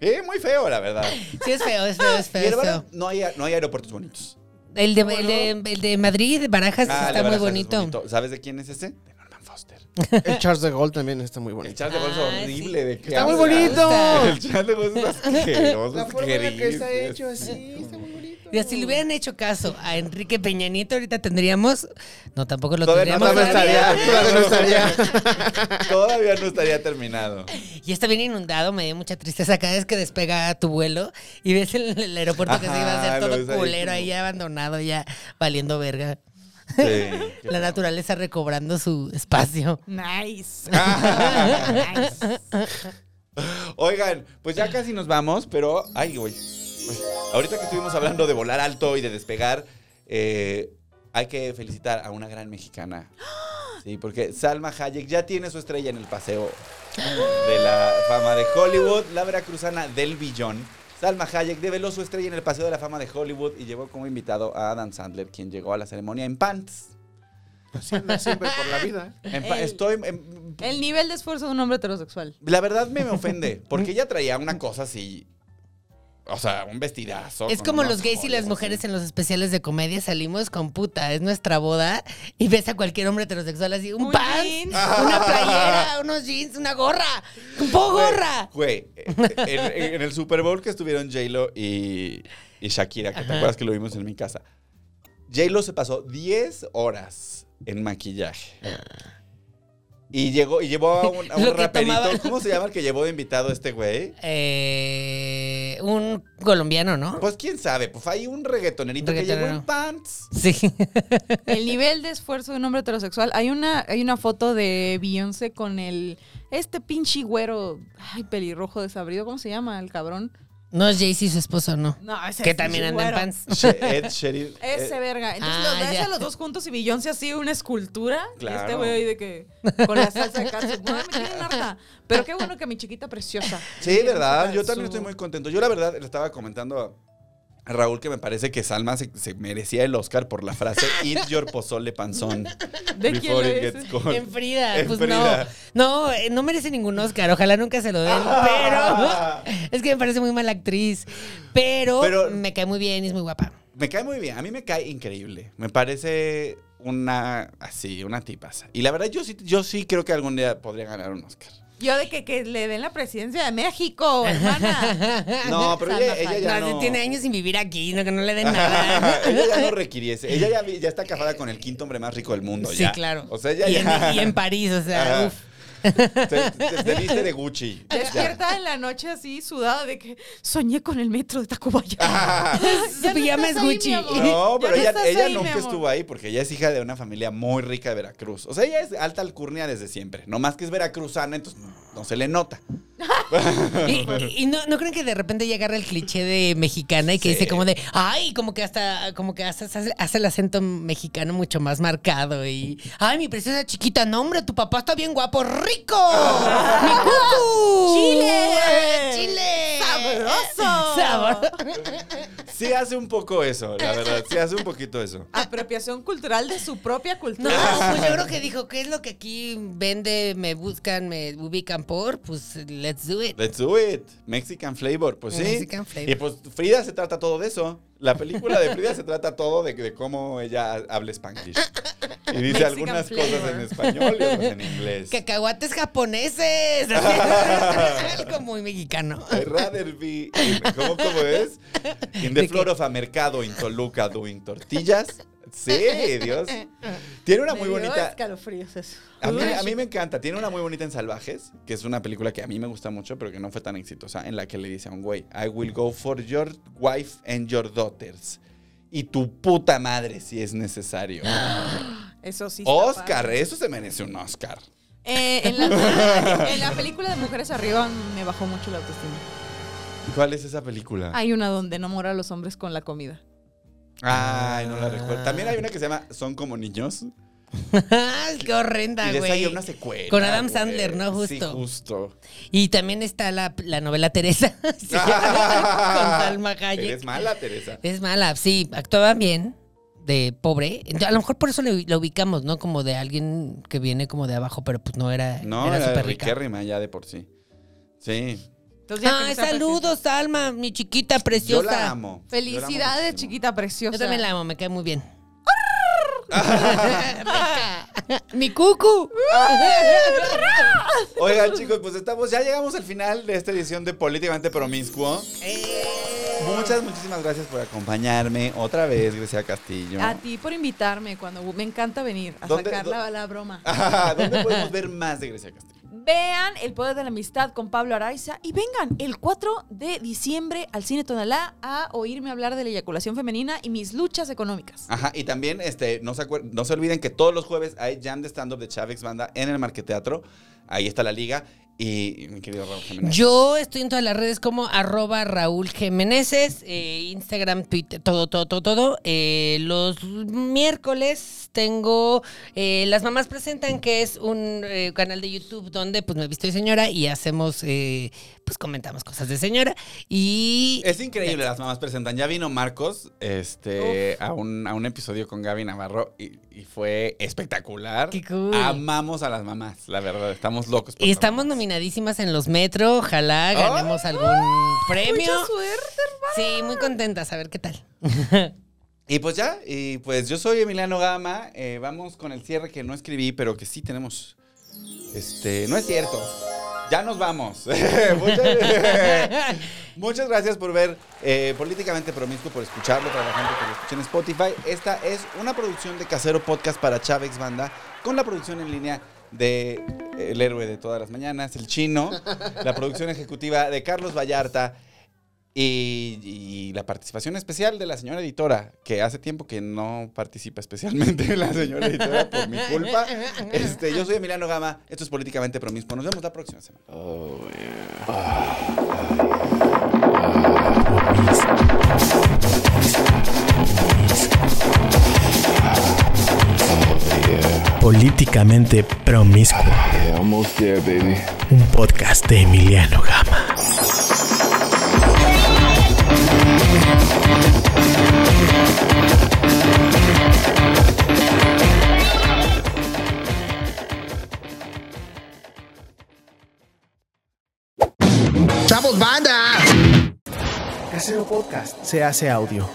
S5: Sí, muy feo, la verdad.
S6: Sí, es feo, es feo, es
S5: Y
S6: feo. es
S5: Bárbara,
S6: feo.
S5: no hay, no hay aeropuertos bonitos.
S6: El, de, el, de, el de Madrid, de Barajas,
S5: Ah,
S6: está
S5: la
S6: muy
S5: verdad,
S6: bonito.
S5: es ¿Sabes de quién es ese? De Norman Foster.
S1: El Charles de Gaulle también está muy
S5: El
S1: bonito.
S5: Charles de Gaulle
S6: Ah,
S5: es horrible.
S6: sí.
S5: ¿de qué
S1: Está muy
S5: hablas?
S1: bonito.
S5: El Charles de Gaulle es asqueroso.
S1: La
S5: es
S1: forma en la que está
S5: gris,
S1: hecho
S5: es-
S1: así, está muy bonito.
S6: Y si le hubieran hecho caso a Enrique Peña Nieto, ahorita tendríamos. No, tampoco lo
S5: Todavía no,
S6: tendríamos.
S5: todavía
S6: todavía.
S5: estaría.
S1: Todavía no estaría.
S5: Todavía no estaría terminado.
S6: Y está bien inundado, me dio mucha tristeza cada vez que despega tu vuelo y ves el, el aeropuerto que se iba a
S5: Ajá,
S6: hacer
S5: lo ves
S6: todo
S5: ahí
S6: culero
S5: como-
S6: ahí abandonado, ya valiendo verga.
S5: Sí.
S6: La naturaleza recobrando su espacio.
S7: verdad. Nice.
S5: Ah.
S7: nice.
S5: Oigan, pues ya casi nos vamos, pero. Ay, güey. Uy, Ahorita que estuvimos hablando de volar alto y de despegar, eh, hay que felicitar a una gran mexicana. Sí, porque Salma Hayek ya tiene su estrella en el paseo de la fama de Hollywood. La veracruzana del billón. Salma Hayek develó su estrella en el paseo de la fama de Hollywood y llevó como invitado a Adam Sandler, quien llegó a la ceremonia en pants.
S1: Siempre, siempre por la vida.
S5: En pa-
S7: Ey.
S5: estoy. en-
S7: El nivel de esfuerzo de un hombre heterosexual.
S5: la verdad me, me ofende, porque ella traía una cosa así. O sea, un vestidazo.
S6: Es
S5: con
S6: como
S5: unos
S6: los gays y
S5: joyas
S6: las mujeres
S5: así.
S6: en los especiales de comedia salimos con puta, es nuestra boda y ves a cualquier hombre heterosexual así, un,
S7: Un
S6: pants,
S7: jeans.
S6: una playera, unos jeans, una gorra, un poco gorra.
S5: Güey, eh, en, en el Super Bowl que estuvieron J-Lo y, y Shakira, que te acuerdas que lo vimos en mi casa. J-Lo se pasó 10 horas en maquillaje. Y llegó y llevó a un, a un
S6: Lo que
S5: raperito.
S6: tomaba.
S5: ¿Cómo se llama el que llevó de invitado este güey?
S6: Eh, un colombiano, ¿no?
S5: Pues quién sabe, pues hay un reggaetonerito que llegó en
S6: Reggaetonero.
S5: pants.
S6: Sí.
S7: El nivel de esfuerzo de un hombre heterosexual. Hay una, hay una foto de Beyoncé con el. Este pinche güero. Ay, pelirrojo desabrido. ¿Cómo se llama el cabrón?
S6: No es Jay-Z su esposo, no.
S7: No, ese
S6: que
S7: es
S6: también
S7: un
S6: anda en
S7: güero.
S6: pants.
S5: She- Ed Sheeran. eh,
S7: Ese
S5: Ed-
S7: verga. Entonces
S6: Ah,
S7: los ves
S6: ya.
S7: a los dos juntos y Beyoncé así una escultura. Y este
S5: Claro.
S7: güey ahí de que con la salsa de catsup. No, me tienen harta. Pero qué bueno que mi chiquita preciosa.
S5: Sí, ¿verdad? Yo también estoy muy contento. Yo la verdad le estaba comentando a Raúl que me parece que Salma se, se merecía el Oscar por la frase Eat your pozole panzón.
S7: ¿De quién
S5: before
S7: lo
S5: it
S7: es?
S5: gets cold".
S6: En Frida,
S5: En
S6: pues
S5: Frida.
S6: no. No, eh, no merece ningún Oscar. Ojalá nunca se lo den.
S5: Ah.
S6: Pero es que me parece muy mala actriz. Pero,
S5: Pero-
S6: me cae muy bien y es muy guapa.
S5: Me cae muy bien. A mí me cae increíble. Me parece una así, una tipaza. Y la verdad yo sí, yo sí creo que algún día podría ganar un Oscar.
S7: Yo de que, que le den la presidencia de México, hermana.
S5: No, pero ella,
S7: Salma
S5: ella ya
S6: No,
S5: no.
S6: tiene años sin vivir aquí, no que no le den nada.
S5: ella ya no requiriese. Ella ya, vi- ya está casada con el quinto hombre más rico del mundo.
S6: sí,
S5: ya.
S6: claro.
S5: O sea, ella
S6: y,
S5: ya.
S6: En, y en París, o sea,
S5: Ajá.
S6: uf.
S5: Te, te- te viste de Gucci. Ya.
S7: Despierta en la noche así sudada de que soñé con el metro de Tacubaya.
S5: Ah.
S6: Su pijama es
S7: estás ahí,
S6: Gucci.
S7: mi amor.
S5: No,
S7: Ya
S5: pero ella,
S7: estás
S5: ella
S7: ahí, mi
S5: nunca
S7: amor.
S5: estuvo ahí porque ella es hija de una familia muy rica de Veracruz. O sea, ella es alta alcurnia desde siempre. No más que es veracruzana, entonces no, no se le nota.
S6: Y, y no, no creen que de repente ya agarra el cliché de mexicana y que dice como de, ay, como que hasta, como que hasta hace, hace el acento mexicano mucho más marcado y, ay, mi preciosa chiquita, no hombre, tu papá está bien guapo, rico, mi cucu, Eh,
S7: ¡Chile!
S6: chile,
S7: ¡Sabroso!
S6: Sabor.
S5: Sí hace un poco eso, la verdad. Sí hace un poquito eso.
S7: Apropiación cultural de su propia
S6: No,
S7: cultura.
S5: Ah,
S6: pues yo creo que dijo, ¿qué es lo que aquí vende, me buscan, me ubican por? Pues let's do it.
S5: Let's do it. Mexican flavor, pues sí.
S6: Mexican flavor.
S5: Y pues Frida se trata todo de eso. La película de Frida se trata todo de, de cómo ella habla spanglish. Y dice
S7: Mexican
S5: algunas cosas
S7: flavor.
S5: en español y otras en inglés.
S6: Cacahuates japoneses. Así, Algo muy mexicano.
S5: I rather be in- ¿Cómo, cómo es? In the
S6: ¿De qué?
S5: floor of a mercado in Toluca doing tortillas. Sí, Dios. Tiene una
S7: Me
S5: muy
S7: dio
S5: bonita.
S7: escalofríos eso.
S5: A mí, a mí me encanta. Tiene una muy bonita en Salvajes, que es una película que a mí me gusta mucho, pero que no fue tan exitosa, en la que le dice a un güey, I will go for your wife and your daughters. Y tu puta madre si es necesario.
S7: Ah. Eso sí. está
S5: Oscar,
S7: padre.
S5: eso se merece un Oscar.
S7: Eh, en, la, en la película de Mujeres Arriba me bajó mucho la autoestima.
S5: ¿Cuál es esa película? Ay,
S7: Hay una donde enamora a los hombres con la comida.
S5: no la recuerdo. También hay una que se llama Son como niños.
S6: Ay, Qué horrenda,
S5: Y de esa hay
S6: güey.
S5: una secuela.
S6: Con Adam
S5: güey.
S6: Sandler, ¿no?
S5: Sí,
S6: Justo.
S5: justo.
S6: Y también está la, la novela Teresa. se llama, con Salma Hayek.
S5: Eres mala, Teresa.
S6: Es mala, sí, actuaba bien de pobre. Entonces, a lo mejor por eso le- la ubicamos, ¿no? Como de alguien que viene como de abajo, pero pues no era,
S5: No,
S6: era
S5: era,
S6: súper rica.
S5: riquérrima ya de por sí. Sí.
S7: Entonces, ya que
S6: Ay,
S7: está
S6: Ah, saludos, Salma, mi chiquita
S5: Yo
S6: preciosa.
S5: la amo. Yo la amo
S7: Felicidades,
S5: muchísimo.
S7: chiquita preciosa.
S6: Yo también la amo, me cae muy bien.
S7: Mi cucu.
S5: Oigan, chicos, pues estamos, ya llegamos al final de esta edición de Políticamente Promiscuo.
S6: Eh.
S5: Muchas, muchísimas gracias por acompañarme otra vez, Grecia Castillo.
S7: A ti por invitarme cuando me encanta venir a
S5: ¿Dónde-
S7: sacar la,
S5: dó-
S7: la broma.
S5: Ajá, ¿Dónde podemos ver más de Grecia Castillo?
S7: Vean El Poder de la Amistad con Pablo Araiza y vengan el 4 de diciembre al Cine Tonalá a oírme hablar de la eyaculación femenina y mis luchas económicas.
S5: Ajá, y también este, no, se acuer- no se olviden que todos los jueves hay jam de stand-up de Chávez Banda en el Marqueteatro. Ahí está la liga. Y mi querido Raúl Jiménez.
S6: Yo estoy en todas las redes como arroba Raúl Jiménezes, eh, Instagram, Twitter, todo, todo, todo, todo. Eh, los miércoles tengo eh, Las Mamás Presentan, que es un eh, canal de YouTube donde pues me visto de señora y hacemos, eh, pues comentamos cosas de señora. Y
S5: Es increíble, las mamás presentan. Ya vino Marcos este, a, un, a un episodio con Gaby Navarro y, y fue espectacular.
S6: Qué cool.
S5: Amamos a las mamás, la verdad. Estamos locos. por
S6: y
S5: las
S6: estamos
S5: mamás.
S6: nominadísimas en los Metro, ojalá ganemos algún premio.
S7: Mucha suerte, hermano.
S6: Sí, muy contentas, a ver qué tal.
S5: Y pues ya, y pues yo soy Emiliano Gama. eh, vamos con el cierre que no escribí, pero que sí tenemos. Este, no es cierto. Ya nos vamos. Muchas, muchas gracias por ver eh, Políticamente Promiscuo, por escucharlo, para la gente que lo escucha en Spotify. Esta es una producción de Casero Podcast para Chávez Banda, con la producción en línea de eh, El Héroe de Todas las Mañanas, El Chino, la producción ejecutiva de Carlos Vallarta, y, y la participación especial de la señora editora, que hace tiempo que no participa especialmente la señora editora por mi culpa. Este, yo soy Emiliano Gama, esto es Políticamente Promiscuo. Nos vemos la próxima semana.
S3: Políticamente promiscuo.
S4: Yeah, almost there, baby.
S3: Un podcast de Emiliano Gama.
S2: Chavos banda.
S3: Casero Podcast se hace audio.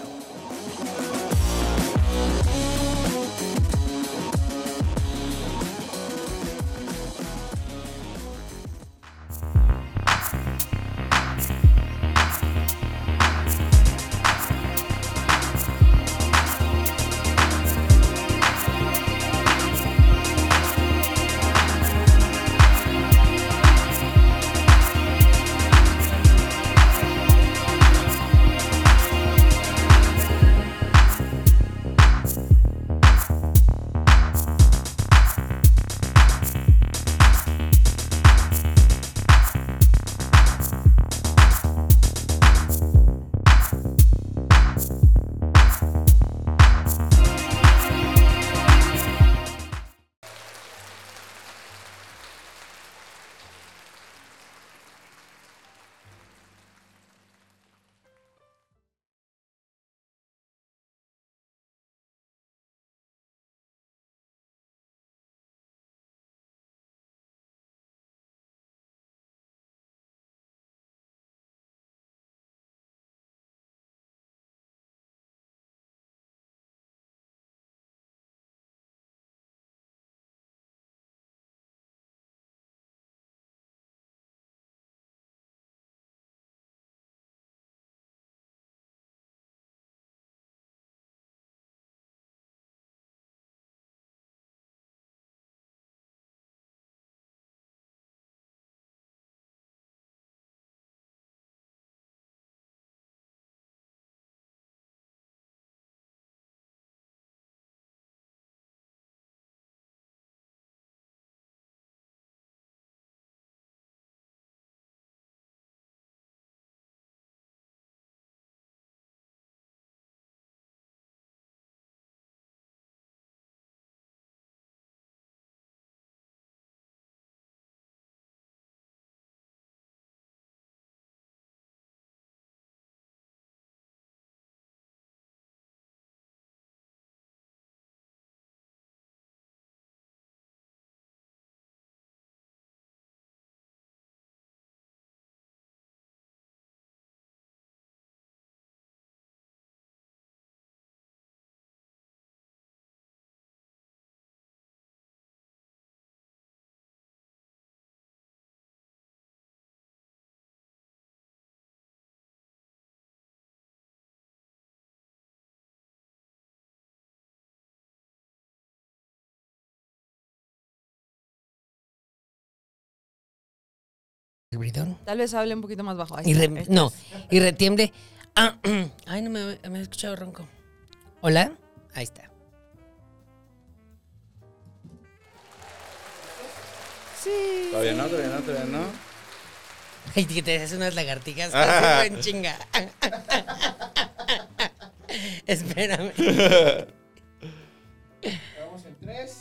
S6: Bridón.
S7: Tal vez hable un poquito más bajo. Ahí
S6: Y
S7: está,
S6: re-
S7: este
S6: no,
S7: es.
S6: y retiemble. Ah, ay, no me, me he escuchado ronco. ¿Hola? Ahí está.
S7: Sí.
S5: Todavía no, todavía no, todavía no.
S6: Ay, que te haces unas lagartijas.
S5: Ah.
S6: así, en chinga. Espérame.
S1: Vamos en tres.